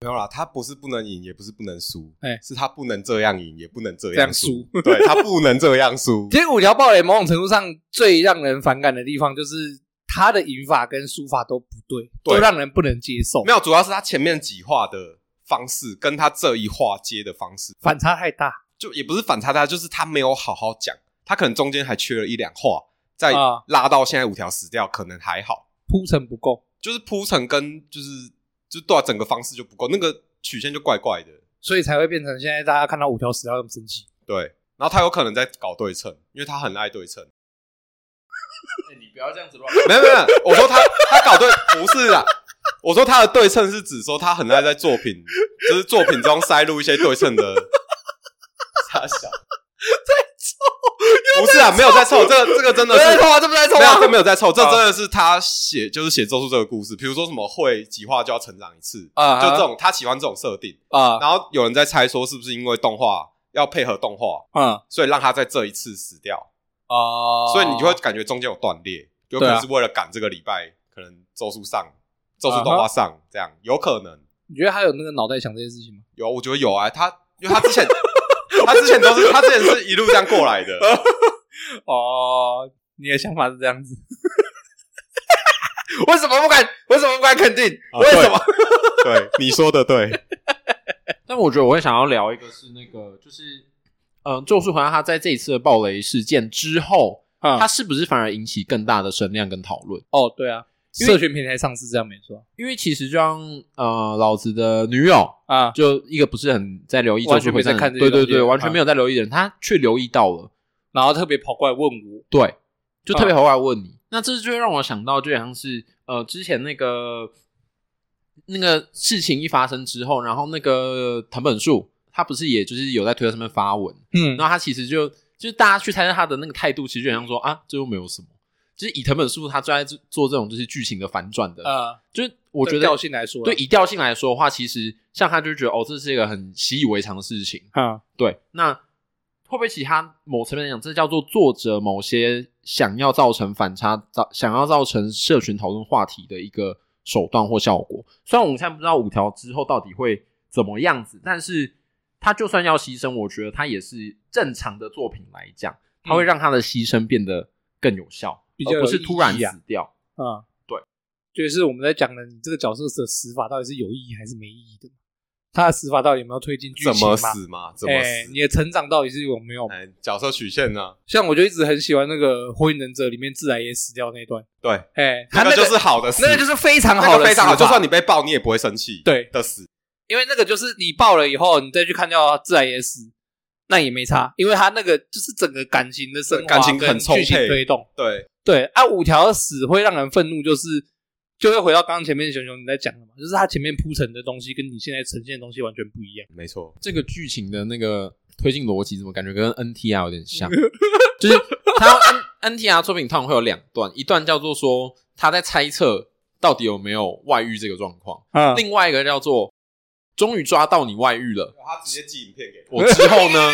Speaker 1: 没有啦，他不是不能赢，也不是不能输，
Speaker 2: 哎
Speaker 1: 是他不能这样赢，也不能这
Speaker 2: 这样
Speaker 1: 输
Speaker 2: 输，
Speaker 1: 对他不能这样输，
Speaker 2: 其实五条暴雷某种程度上最让人反感的地方，就是他的语法跟书法都不对，
Speaker 1: 对
Speaker 2: 都让人不能接受
Speaker 1: 没，有，主要是他前面几话的方式跟他这一话接的方式，
Speaker 2: 反差太大
Speaker 1: 就也不是反差大，就是他没有好好讲，他可能中间还缺了一两话，再
Speaker 2: 啊
Speaker 1: 拉到现在五条死掉，可能还好，
Speaker 2: 铺陈不够。
Speaker 1: 就是铺陈跟就是就对、啊、整个方式就不够，那个曲线就怪怪的，
Speaker 2: 所以才会变成现在大家看到五条死掉那么生气。
Speaker 1: 对。然后他有可能在搞对称，因为他很爱对称。
Speaker 3: 哎你不要这样子乱。
Speaker 1: 没有没有，没有我说他他搞对不是啊，我说他的对称是指说他很爱在作品，就是作品中塞入一些对称的。傻小，在凑，不是啊，没有在凑，这个这个真的是
Speaker 2: 啊，这不在
Speaker 1: 没有，这没有在凑，这真的是他写就是写周出这个故事，比如说什么会几话就要成长一次，
Speaker 2: 啊，
Speaker 1: 就这种他喜欢这种设定。
Speaker 2: 啊
Speaker 1: 然后有人在猜说是不是因为动画要配合动画，
Speaker 2: 啊
Speaker 1: 所以让他在这一次死掉。
Speaker 2: 啊，
Speaker 1: 所以你就会感觉中间有断裂，有可能是为了赶这个礼拜，可能周数上、周数动画上这样，有可能
Speaker 2: 你觉得他有那个脑袋想这件事情吗？
Speaker 1: 有，我觉得有啊。他因为他 之前，他之前都是他之前是一路这样过 来的，
Speaker 2: 哦，你的想法是这样子。 为什么不敢？为什么不敢肯定？
Speaker 1: 啊
Speaker 2: 为什么？
Speaker 1: 对你说的 对，
Speaker 3: 但我觉得我会想要聊一个是那个，就是嗯，呃咒术回战他在这一次的暴雷事件之后，
Speaker 2: 啊
Speaker 3: 他是不是反而引起更大的声量跟讨论？
Speaker 2: 哦，对啊，
Speaker 3: 因为
Speaker 2: 社群平台上是这样没错
Speaker 3: 因为其实就像呃老子的女友，
Speaker 2: 啊。
Speaker 3: 就一个不是很在留意咒
Speaker 2: 完全
Speaker 3: 术
Speaker 2: 没
Speaker 3: 回
Speaker 2: 在
Speaker 3: 战的
Speaker 2: 看
Speaker 3: 人，
Speaker 2: 这些
Speaker 3: 对对
Speaker 2: 东西
Speaker 3: 对，完全没有在留意的人，他却留意到了。
Speaker 2: 然后特别跑过来问我，
Speaker 3: 对，就特别回来问你。嗯那这就会让我想到，就好像是呃，之前那个那个事情一发生之后，然后那个藤本树他不是也就是有在推特上面发文，
Speaker 2: 嗯
Speaker 3: 然后他其实就就是大家去猜测他的那个态度，其实就很像说啊，这又没有什么。就是以藤本树他最爱做这种就是剧情的反转的，
Speaker 2: 呃，
Speaker 3: 就是我觉
Speaker 2: 就
Speaker 3: 得
Speaker 2: 调性来说啊，
Speaker 3: 对以调性来说的话，其实像他就觉得哦，这是一个很习以为常的事情，
Speaker 2: 啊，
Speaker 3: 对，那会不会其他某层面来讲，这叫做作者某些想要造成反差、造想要造成社群讨论话题的一个手段或效果？虽然我们现在不知道五条之后到底会怎么样子，但是他就算要牺牲，我觉得他也是正常的作品来讲，他会让他的牺牲变得更有效，
Speaker 2: 嗯比较有
Speaker 3: 而不是突然
Speaker 2: 意义啊
Speaker 3: 死掉。
Speaker 2: 啊，
Speaker 3: 对，
Speaker 2: 就是我们在讲的，你这个角色的死法到底是有意义还是没意义的？他的死法到底有没有推进剧情
Speaker 1: 怎
Speaker 2: 嘛？
Speaker 1: 么死嘛？怎么
Speaker 2: 哎
Speaker 1: 死？
Speaker 2: 你的成长到底是有没有？
Speaker 1: 哎，角色曲线呢？
Speaker 2: 像我就一直很喜欢那个《火影忍者》里面自来也死掉那一段，
Speaker 1: 对，
Speaker 2: 哎，他
Speaker 1: 那
Speaker 2: 那
Speaker 1: 个
Speaker 2: 个
Speaker 1: 就是好的死，
Speaker 2: 那个就是非常
Speaker 1: 那
Speaker 2: 好
Speaker 1: 个
Speaker 2: 的，
Speaker 1: 非常好，就算你被爆，你也不会生气。
Speaker 2: 对
Speaker 1: 的死，
Speaker 2: 因为那个就是你爆了以后，你再去看掉自来也死，那也没差，因为他那个就是整个感情的升华，
Speaker 1: 对感情很充
Speaker 2: 剧情
Speaker 1: 沛
Speaker 2: 推动。
Speaker 1: 对
Speaker 2: 对啊，五条的死会让人愤怒，就是就会回到刚刚前面熊熊你在讲的嘛，就是他前面铺陈的东西跟你现在呈现的东西完全不一样。
Speaker 1: 没错，
Speaker 3: 这个剧情的那个推进逻辑怎么感觉跟 NTR 有点像？ 就是他 N NTR 作品通常会有两段，一段叫做说他在猜测到底有没有外遇这个状况，
Speaker 2: 啊
Speaker 3: 另外一个叫做终于抓到你外遇了，
Speaker 1: 他直接寄影片给我，
Speaker 3: 我之后呢，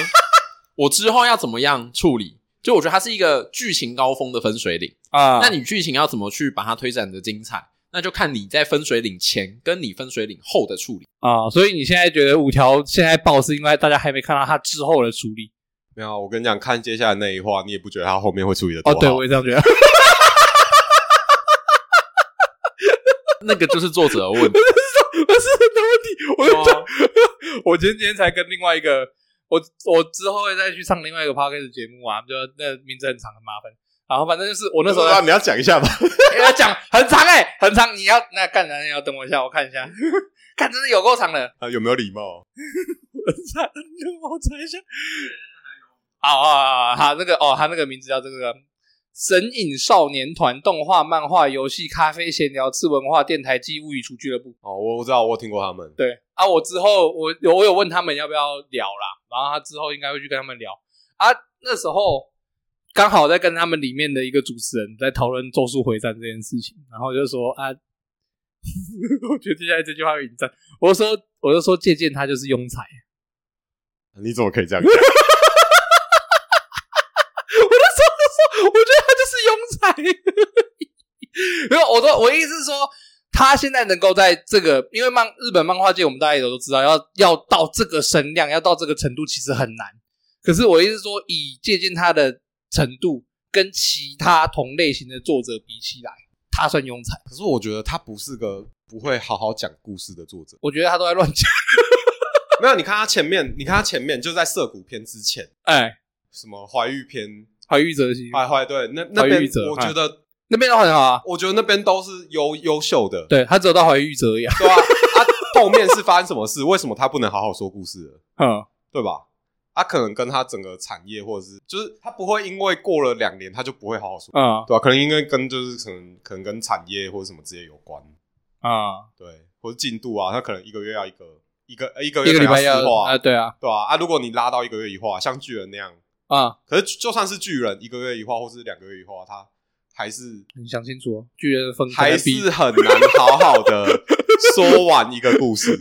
Speaker 3: 我之后要怎么样处理？就我觉得它是一个剧情高峰的分水岭，
Speaker 2: 啊
Speaker 3: 那你剧情要怎么去把它推展的精彩？那就看你在分水岭前跟你分水岭后的处理。
Speaker 2: 啊，所以你现在觉得五条现在爆是因为大家还没看到他之后的处理
Speaker 1: 没有，啊我跟你讲，看接下来那一话，你也不觉得他后面会处理的
Speaker 2: 哦，对我也这样觉得。
Speaker 3: 那个就是作者的问 题。
Speaker 2: 不是的
Speaker 3: 哦
Speaker 2: 问题，我就、我前几天才跟另外一个，我我之后会再去上另外一个 podcast 节目啊，就那名字很长，很麻烦。然后反正就是我那
Speaker 1: 那
Speaker 2: 时
Speaker 1: 时
Speaker 2: 候
Speaker 1: 候
Speaker 2: 在
Speaker 1: 啊你要讲一下吧。
Speaker 2: 欸要讲很长哎、很长，你要那干男人要等我一下，我看一下， 看真的有够长的。
Speaker 1: 啊，有没有礼貌？
Speaker 2: 我猜，我猜一下。啊啊啊！他那个哦，他那个名字叫这个《神隐少年团》动画、漫画、游戏、咖啡、闲聊、次文化、电台暨物语厨俱乐部。
Speaker 1: 哦，我我知道，我有听过他们。
Speaker 2: 对啊，我之后我有我有问他们要不要聊啦，然后他之后应该会去跟他们聊啊。那时候刚好在跟他们里面的一个主持人在讨论《咒术回战》这件事情，然后就说啊， 我觉得接下来这句话有引战，我就说我就说借鉴他就是庸才，
Speaker 1: 你怎么可以这样讲？
Speaker 2: 我那时候就说，我觉得他就是庸 才。没有，我说我意思是说，他现在能够在这个，因为漫日本漫画界，我们大家也都知道，要要到这个声量，要到这个程度，其实很难。可是我意思是说，以借鉴他的程度跟其他同类型的作者比起来，他算庸才。
Speaker 1: 可是我觉得他不是个不会好好讲故事的作者。
Speaker 2: 我觉得他都在乱讲。
Speaker 1: 没有，你看他前面，你看他前面就在涉谷篇之前，
Speaker 2: 哎，
Speaker 1: 什么怀玉篇，哎
Speaker 2: 怀玉泽西
Speaker 1: 怀怀对，那那边
Speaker 2: 怀玉者
Speaker 1: 我觉得，
Speaker 2: 那边都很好啊，
Speaker 1: 我觉得那边都是优优秀的，
Speaker 2: 对他只有到怀玉泽呀。
Speaker 1: 对吧、啊？后面是发生什么事？为什么他不能好好说故事了？
Speaker 2: 嗯，
Speaker 1: 对吧？他可能跟他整个产业，或者是就是他不会因为过了两年，他就不会好好说，
Speaker 2: 啊
Speaker 1: 对吧、可能因为跟就是可能可能跟产业或者什么之类有关，
Speaker 2: 啊，
Speaker 1: 对，或者进度啊，他可能一个月要一个一个呃一个月
Speaker 2: 一个礼拜
Speaker 1: 可能四
Speaker 2: 要
Speaker 1: 话，
Speaker 2: 啊，对啊，
Speaker 1: 对吧、啊？如果你拉到一个月一话，像巨人那样，
Speaker 2: 啊，
Speaker 1: 可是就算是巨人一个月一话，或是两个月一话，他还是
Speaker 2: 你想清楚哦，巨人的分
Speaker 1: 还
Speaker 2: 开比
Speaker 1: 是很难好好 的说完一个故事，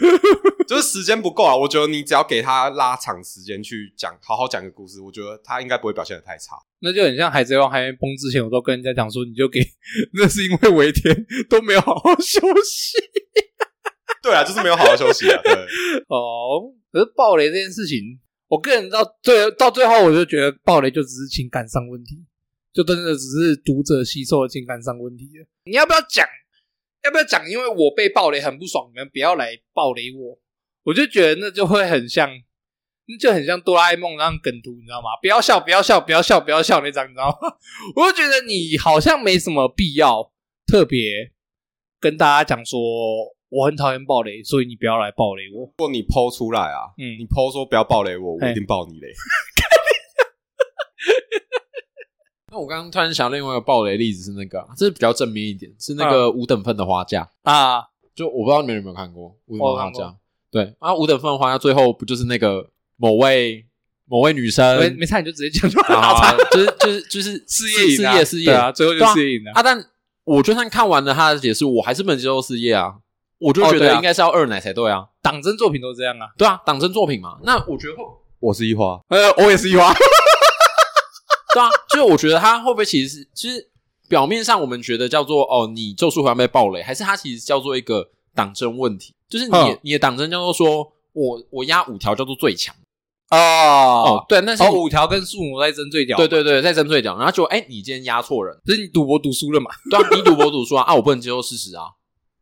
Speaker 1: 就是时间不够啊。我觉得你只要给他拉长时间去讲，好好讲一个故事，我觉得他应该不会表现的太差。
Speaker 2: 那就很像海贼王还没崩之前，我都跟人家讲说，你就给 那是因为尾田都没有好好休息
Speaker 1: 对啊，就是没有好好休息啊。对，
Speaker 2: 哦。可是暴雷这件事情，我个人到最到最后，我就觉得暴雷就只是情感上问题，就真的只是读者吸收的情感上问题了。你要不要讲？要不要讲？因为我被暴雷很不爽，你们不要来暴雷我。我就觉得那就会很像，那就很像哆啦 A 梦那样梗图，你知道吗？不要笑，不要笑，不要笑，不要笑那张，你知道吗？ 我就觉得你好像没什么必要特别跟大家讲说我很讨厌暴雷，所以你不要来暴雷我。
Speaker 1: 如果你剖出来啊，
Speaker 2: 嗯
Speaker 1: 你剖说不要暴雷我，我
Speaker 2: 嘿
Speaker 1: 一定暴你雷。
Speaker 3: 那我刚刚突然想，另外一个暴雷例子是那个啊，这是比较正面一点，是那
Speaker 2: 嗯
Speaker 3: 个五等份的花架。
Speaker 2: 啊，
Speaker 3: 就我不知道你们有没有看过五等份的花
Speaker 2: 我有看
Speaker 3: 架？对啊，五等份的花架最后不就是那个某位某位女生
Speaker 2: 没没差，你就直接讲出来
Speaker 3: 啊
Speaker 2: 打岔。，
Speaker 3: 就是就是就是
Speaker 2: 事业
Speaker 3: 事
Speaker 2: 赢啊
Speaker 3: 业事业
Speaker 2: 对啊，最后就
Speaker 3: 对啊
Speaker 2: 事业赢了。
Speaker 3: 啊！但我就算看完了他的解释，我还是不能接受事业啊，我就
Speaker 2: 哦
Speaker 3: 觉
Speaker 2: 对啊
Speaker 3: 得应该是要二奶才对啊，
Speaker 2: 党争作品都这样啊。
Speaker 3: 对啊，党争作品嘛。那我觉得会，
Speaker 1: 我是一花，
Speaker 2: 呃，我也是一花。
Speaker 3: 对啊，就是我觉得他会不会其实是，其实表面上我们觉得叫做哦，你咒术回战被暴雷，还是他其实叫做一个党争问题，就是你的
Speaker 2: 嗯
Speaker 3: 你的党争叫做说我我压五条叫做最强
Speaker 2: 哦
Speaker 3: 哦，对，但是
Speaker 2: 哦，
Speaker 3: 你
Speaker 2: 五条跟树魔在争最屌。
Speaker 3: 对，对对，在争最强，然后就哎，你今天压错人，
Speaker 2: 就是你赌博赌输 了嘛。
Speaker 3: 对啊，你赌博赌输啊，啊，我不能接受事实啊。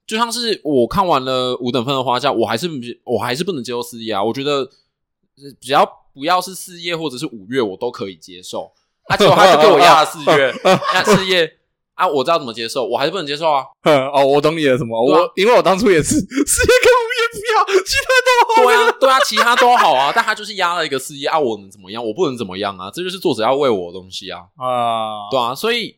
Speaker 3: 就像是我看完了五等分的花架，我还是不我还是不能接受四叶啊。我觉得呃只要不要是四叶或者是五月，我都可以接受。啊，结果他就给我压了四 月，那四叶啊，我知道怎么接受，我还是不能接受啊。
Speaker 2: 嗯，哦，我懂你的什么，
Speaker 3: 对啊
Speaker 2: 我因为我当初也是 事业跟我也不要，其他都好。
Speaker 3: 对啊，对啊，其他都好啊，但他就是压了一个四叶啊，我能怎么样？我不能怎么样啊，这就是作者要为我的东西啊。
Speaker 2: 啊，
Speaker 3: 对啊，所以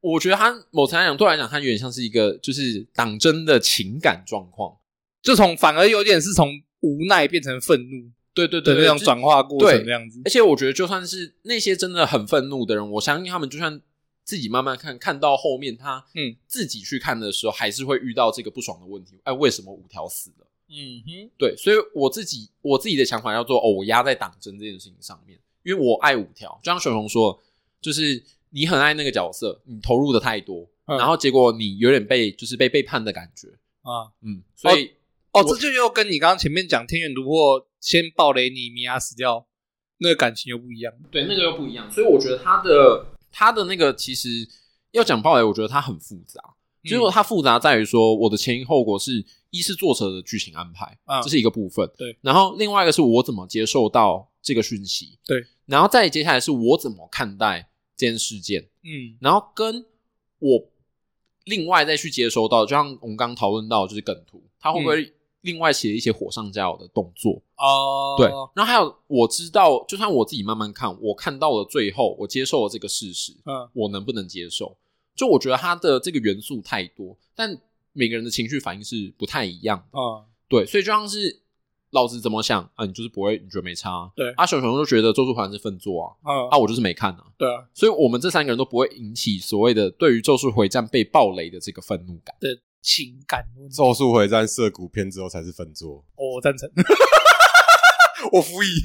Speaker 3: 我觉得他某层来讲，对我来讲，他有点像是一个就是党争的情感状况。
Speaker 2: 就从反而有点是从无奈变成愤怒
Speaker 3: 对对对
Speaker 2: 的
Speaker 3: 对，
Speaker 2: 那种
Speaker 3: 就
Speaker 2: 转化过程，
Speaker 3: 对
Speaker 2: 这样子。
Speaker 3: 而且我觉得，就算是那些真的很愤怒的人，我相信他们就算自己慢慢看，看到后面他
Speaker 2: 嗯
Speaker 3: 自己去看的时候，还是会遇到这个不爽的问题。哎，为什么五条死了？
Speaker 2: 嗯哼，
Speaker 3: 对，所以我自己我自己的想法叫做，哦，我压在党争这件事情上面，因为我爱五条。就像熊熊说，就是你很爱那个角色，你投入的太多，
Speaker 2: 嗯
Speaker 3: 然后结果你有点被就是被背叛的感觉。
Speaker 2: 啊，
Speaker 3: 嗯，所以、
Speaker 2: 哦，
Speaker 3: 我
Speaker 2: 这就又跟你刚刚前面讲天元突破先暴雷你米娅死掉，那个感情又不一样。
Speaker 3: 对，那个又不一样。所以我觉得他的他的那个其实要讲暴雷，我觉得它很复杂。结
Speaker 2: 嗯
Speaker 3: 果它复杂在于说，我的前因后果是一是作者的剧情安排，
Speaker 2: 嗯
Speaker 3: 这是一个部分。
Speaker 2: 对，
Speaker 3: 然后另外一个是我怎么接受到这个讯息，
Speaker 2: 对，
Speaker 3: 然后再接下来是我怎么看待这件事件，
Speaker 2: 嗯
Speaker 3: 然后跟
Speaker 2: 嗯
Speaker 3: 我另外再去接收到，就像我们刚刚讨论到，就是梗图，它会不会另外写一些火上加油的动作。
Speaker 2: 哦，
Speaker 3: 对，然后还有我知道，就算我自己慢慢看，我看到了最后，我接受了这个事实，
Speaker 2: 嗯，
Speaker 3: 我能不能接受？就我觉得它的这个元素太多，但每个人的情绪反应是不太一样的。
Speaker 2: 嗯，
Speaker 3: 对，所以就像是老子怎么想啊，你就是不会，你觉得没差啊、
Speaker 2: 对
Speaker 3: 阿熊熊就觉得周楚环是粪作啊，
Speaker 2: 嗯，
Speaker 3: 啊，我就是没看啊。
Speaker 2: 对啊，
Speaker 3: 所以我们这三个人都不会引起所谓的对于《咒术回战》被暴雷的这个愤 怒感。
Speaker 2: 情感问题，
Speaker 1: 咒术回战涉谷篇之后才是分作，
Speaker 2: 我赞成。
Speaker 1: 我服役。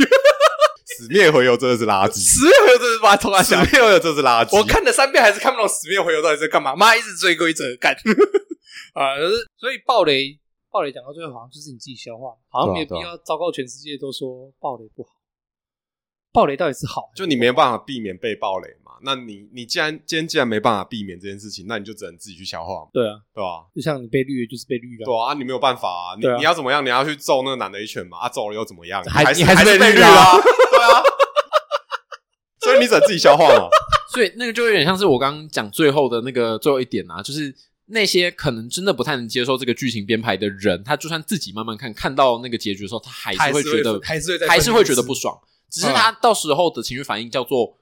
Speaker 1: 死灭回游真的是垃 圾，
Speaker 2: 十面回合真是把头发
Speaker 1: 死
Speaker 2: 想。
Speaker 1: 灭回游真的是垃圾。
Speaker 2: 我看了三遍还是看不懂十面回合到底在干嘛，妈一直追规则干 啊！就是所以暴雷，暴雷讲到最后好像就是你自己消化，好像没有必
Speaker 1: 对啊
Speaker 2: 要糟糕，全世界都说暴雷不好。暴雷到底是好还是
Speaker 1: 就你没办法避免被暴雷嘛，那你你既然今天既然没办法避免这件事情，那你就只能自己去消化嘛，
Speaker 2: 对啊？
Speaker 1: 对吧、
Speaker 2: 就像你被绿就是被绿了，
Speaker 1: 对啊，你没有办法啊，你
Speaker 2: 对啊
Speaker 1: 你要怎么样？你要去揍那个男的一拳嘛？啊，揍了又怎么样？
Speaker 2: 还
Speaker 1: 还是
Speaker 2: 你还是
Speaker 1: 是
Speaker 2: 被
Speaker 1: 被
Speaker 2: 绿
Speaker 1: 绿啊，对啊， 所以你只能自己消化嘛。
Speaker 3: 所以那个就有点像是我刚刚讲最后的那个最后一点啊，就是那些可能真的不太能接受这个剧情编排的人，他就算自己慢慢看看到那个结局的时候，他还
Speaker 2: 啊还
Speaker 3: 是
Speaker 2: 是
Speaker 3: 会觉得
Speaker 2: 还是会在
Speaker 3: 还是会觉得不爽，只是他到时候的情绪反应叫做。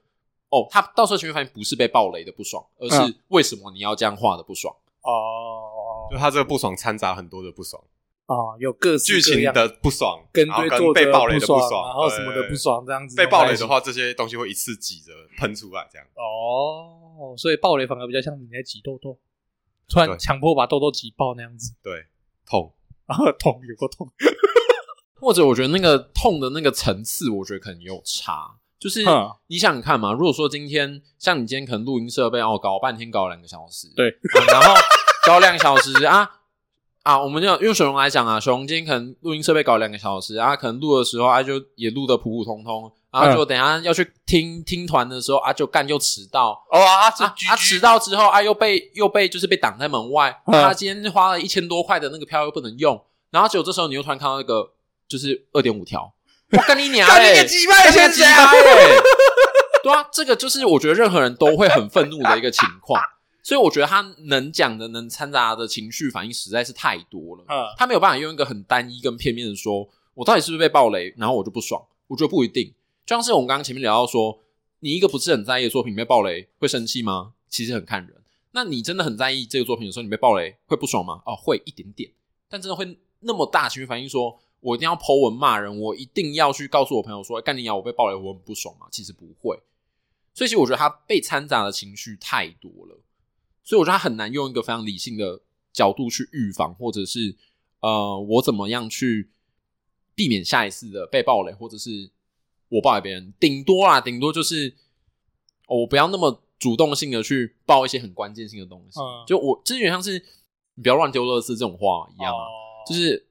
Speaker 3: 哦，他到时候情绪反应不是被暴雷的不爽，而是为什么你要这样画的不爽？
Speaker 2: 哦
Speaker 1: 就他这个不爽掺杂很多的不爽，
Speaker 2: 哦，有各式
Speaker 1: 剧情
Speaker 2: 各样
Speaker 1: 的不爽，
Speaker 2: 啊跟
Speaker 1: 然后
Speaker 2: 对
Speaker 1: 跟
Speaker 2: 作者
Speaker 1: 被暴雷的
Speaker 2: 不
Speaker 1: 爽，
Speaker 2: 然后什么的不爽，这样子
Speaker 1: 对。被暴雷的话，这些东西会一次挤着喷出来，这样。
Speaker 2: 哦，所以暴雷反而比较像你在挤痘痘，突然
Speaker 1: 对
Speaker 2: 强迫把痘痘挤爆那样子，
Speaker 1: 对，痛。
Speaker 2: 然后 痛有个痛，
Speaker 3: 或者我觉得那个痛的那个层次，我觉得可能也有差。就是
Speaker 2: 哼
Speaker 3: 你想想看嘛，如果说今天像你今天可能录音设备哦，搞半天搞两个小时，
Speaker 2: 对
Speaker 3: 啊然后搞两个小时啊啊，我们就用水龙来讲啊，水龙今天可能录音设备搞两个小时啊，可能录的时候啊就也录的普普通通，然后就等一下要去听听团的时候啊就干又迟到。
Speaker 2: 哦啊，这
Speaker 3: 啊！他迟到之后啊，又被又被就是被挡在门外。
Speaker 2: 嗯
Speaker 3: 他今天花了一千多块的那个票又不能用，然后结果这时候你又突然看到那个就是二点五条，我跟哎你娘
Speaker 2: 干你
Speaker 3: 嘞
Speaker 2: 个！鸡巴
Speaker 3: 现
Speaker 2: 先
Speaker 3: 在
Speaker 2: 生啊！
Speaker 3: 欸对啊，这个就是我觉得任何人都会很愤怒的一个情况，所以我觉得他能讲的、能掺杂的情绪反应实在是太多了，
Speaker 2: 嗯
Speaker 3: 他没有办法用一个很单一跟片面的说，我到底是不是被暴雷，然后我就不爽，我觉得不一定。就像是我们刚刚前面聊到说，你一个不是很在意的作品被暴雷会生气吗？其实很看人。那你真的很在意这个作品的时候，你被暴雷会不爽吗？哦，会一点点，但真的会那么大情绪反应说，我一定要 Po 文骂人，我一定要去告诉我朋友说，哎干你娘，我被暴雷，我很不爽嘛。其实不会，所以其实我觉得他被掺杂的情绪太多了，所以我觉得他很难用一个非常理性的角度去预防，或者是呃，我怎么样去避免下一次的被暴雷，或者是我暴雷别人，顶多啦，顶多就是、哦我不要那么主动性的去爆一些很关键性的东西，
Speaker 2: 嗯
Speaker 3: 就我这有点像是你不要乱丢垃圾这种话一样啊，
Speaker 2: 哦
Speaker 3: 就是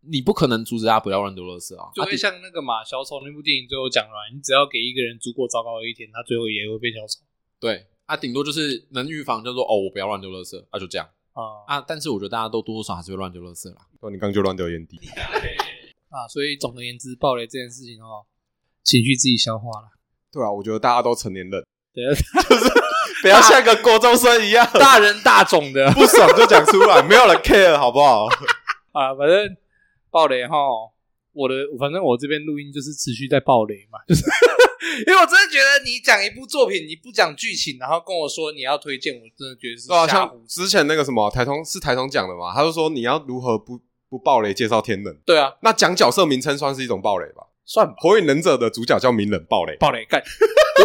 Speaker 3: 你不可能阻止他不要乱丢垃圾啊，
Speaker 2: 就
Speaker 3: 啊
Speaker 2: 会像那个嘛，小丑那部电影最后讲了，你只要给一个人足够糟糕的一天，他最后也会变小丑
Speaker 3: 对啊，顶多就是能预防叫做哦，我不要乱丢垃圾啊，就这样
Speaker 2: 啊
Speaker 3: 啊。但是我觉得大家都多多少少还是会乱丢垃圾啦。
Speaker 1: 哦，你刚刚就乱丢烟蒂，
Speaker 2: 啊！所以总而言之，暴雷这件事情哦，情绪自己消化了。
Speaker 1: 对啊，我觉得大家都成年人，
Speaker 2: 对，
Speaker 1: 不要像个国中生一样，
Speaker 2: 大人大种的
Speaker 1: 不爽就讲出来，没有人 care 好不好？
Speaker 2: 啊，反正暴雷哈，我的反正我这边录音就是持续在暴雷嘛，就是 因为我真的觉得你讲一部作品，你不讲剧情，然后跟我说你要推荐，我真的觉得 是
Speaker 1: 对啊，
Speaker 2: 瞎
Speaker 1: 像
Speaker 2: 胡扯。
Speaker 1: 之前那个什么台通是台通讲的嘛，他就说你要如何不不暴雷介绍天冷，
Speaker 2: 对啊，
Speaker 1: 那讲角色名称算是一种暴雷吧？
Speaker 2: 算吧，
Speaker 1: 火影忍者的主角叫鸣人暴雷，
Speaker 2: 暴雷干，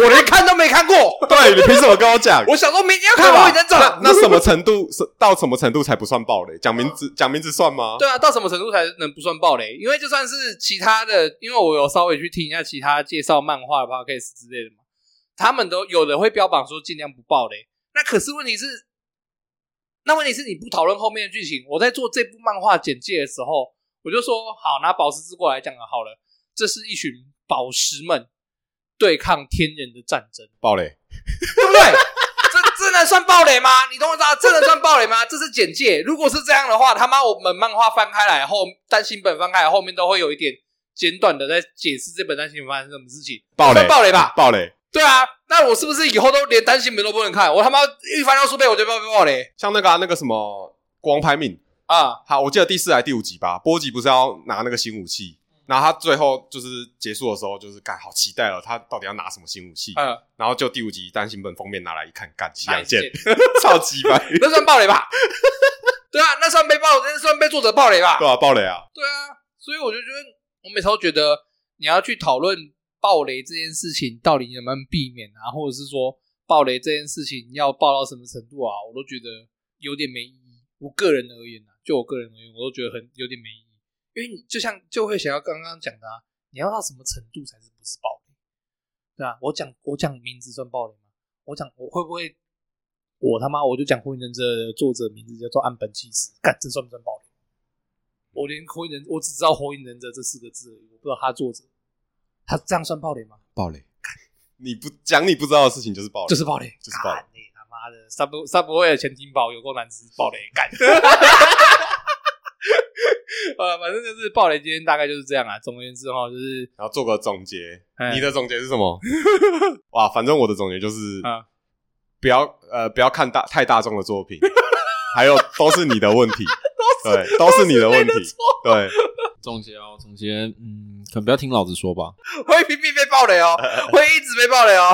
Speaker 2: 我连看都没看过。
Speaker 1: 对你凭什么跟我讲？
Speaker 2: 我想说明天要
Speaker 1: 对
Speaker 2: 看《
Speaker 1: 吧
Speaker 2: 火影忍者》
Speaker 1: 那那什么程度是到什么程度才不算暴雷？讲名字讲名字算吗？
Speaker 2: 对啊，到什么程度才能不算暴雷？因为就算是其他的，因为我有稍微去听一下其他介绍漫画的 podcast 之类的嘛，他们都有的会标榜说尽量不暴雷。那可是问题是，那问题是你不讨论后面的剧情。我在做这部漫画简介的时候，我就说好，拿宝石之国来讲了好了，这是一群宝石们对抗天人的战争。
Speaker 1: 暴雷，
Speaker 2: 对 不对？这这能算暴雷吗？你懂我意思啊？这能算暴雷吗？这是简介。如果是这样的话，他妈我们漫画翻开来后，单行本翻开来后面都会有一点简短的在解释这本单行本发生什么事情，
Speaker 1: 暴雷
Speaker 2: 算，暴雷吧？
Speaker 1: 暴雷。
Speaker 2: 对啊，那我是不是以后都连单行本都不能看？我他妈一翻到书背我就被暴雷
Speaker 1: 像那个、啊、那个什么《国王排名》，
Speaker 2: 啊，
Speaker 1: 好，我记得第四还第五集吧，波吉不是要拿那个新武器，然后他最后就是结束的时候，就是干好期待哦，他到底要拿什么新武器？
Speaker 2: 嗯，
Speaker 1: 然后就第五集单行本封面拿来一看，干西洋
Speaker 2: 哪一件
Speaker 1: 剑， 超级白，
Speaker 2: 那算暴雷吧？对啊，那算被暴，那算被作者暴雷吧？
Speaker 1: 对啊，爆雷啊！
Speaker 2: 对啊，所以我就觉得，我每次都觉得你要去讨论暴雷这件事情到底能不能避免啊，或者是说暴雷这件事情要暴到什么程度啊，我都觉得有点没意义。我个人而言啊，就我个人而言，我都觉得很有点没意义，因为你就像就会想要刚刚讲的啊，你要到什么程度才是不是暴雷？对啊，我讲我讲名字算暴雷吗？我讲我会不会？我他妈我就讲《火影忍者》的作者名字叫做岸本纪司，干这算不算暴雷？我连火影忍，我只知道火影忍者这四个字而已，我不知道他作者，他这样算暴雷吗？
Speaker 3: 暴雷，
Speaker 1: 你不讲你不知道的事情就是爆雷，啊
Speaker 2: 就是暴雷，
Speaker 1: 就是暴雷
Speaker 2: 干你他妈的，萨博萨博威尔潜艇堡有够难吃，暴雷 干。 呃，反正就是暴雷，今天大概就是这样啊。总而言之哈，就是
Speaker 1: 然后做个总结，
Speaker 2: 哎
Speaker 1: 你的总结是什么？ 哇，反正我的总结就是，
Speaker 2: 啊
Speaker 1: 不要呃不要看大太大众的作品，还有都是你的问题， 对，都是你的问题
Speaker 2: 都是，
Speaker 1: 对，
Speaker 3: 总结哦，总结，嗯，可能不要听老子说吧。
Speaker 2: 会频频被暴雷 哦，会一直被暴雷哦。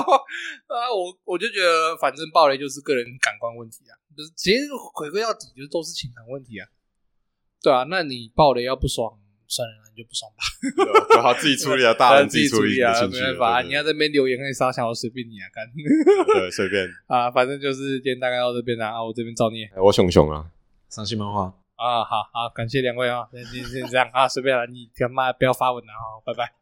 Speaker 2: 啊，我我就觉得，反正暴雷就是个人感官问题啊，就是其实回归到底，就是都是情感问题啊。对啊，那你暴雷要不爽，算了，那你就不爽吧。
Speaker 1: 对对好自己处理啊，大人
Speaker 2: 自
Speaker 1: 己
Speaker 2: 处
Speaker 1: 理你
Speaker 2: 啊
Speaker 1: 的，情绪
Speaker 2: 没，办法，
Speaker 1: 对
Speaker 2: 你要在那边留言跟沙想，我随便你啊，干
Speaker 1: 对对随便，
Speaker 2: 啊，反正就是今天大概到这边啦、啊，我这边造孽
Speaker 1: 哎我熊熊啊，
Speaker 3: 赏析漫画，
Speaker 2: 啊，好好，感谢两位啊，那今天先这样啊，随便啦、你他妈不要发文了啊，拜拜。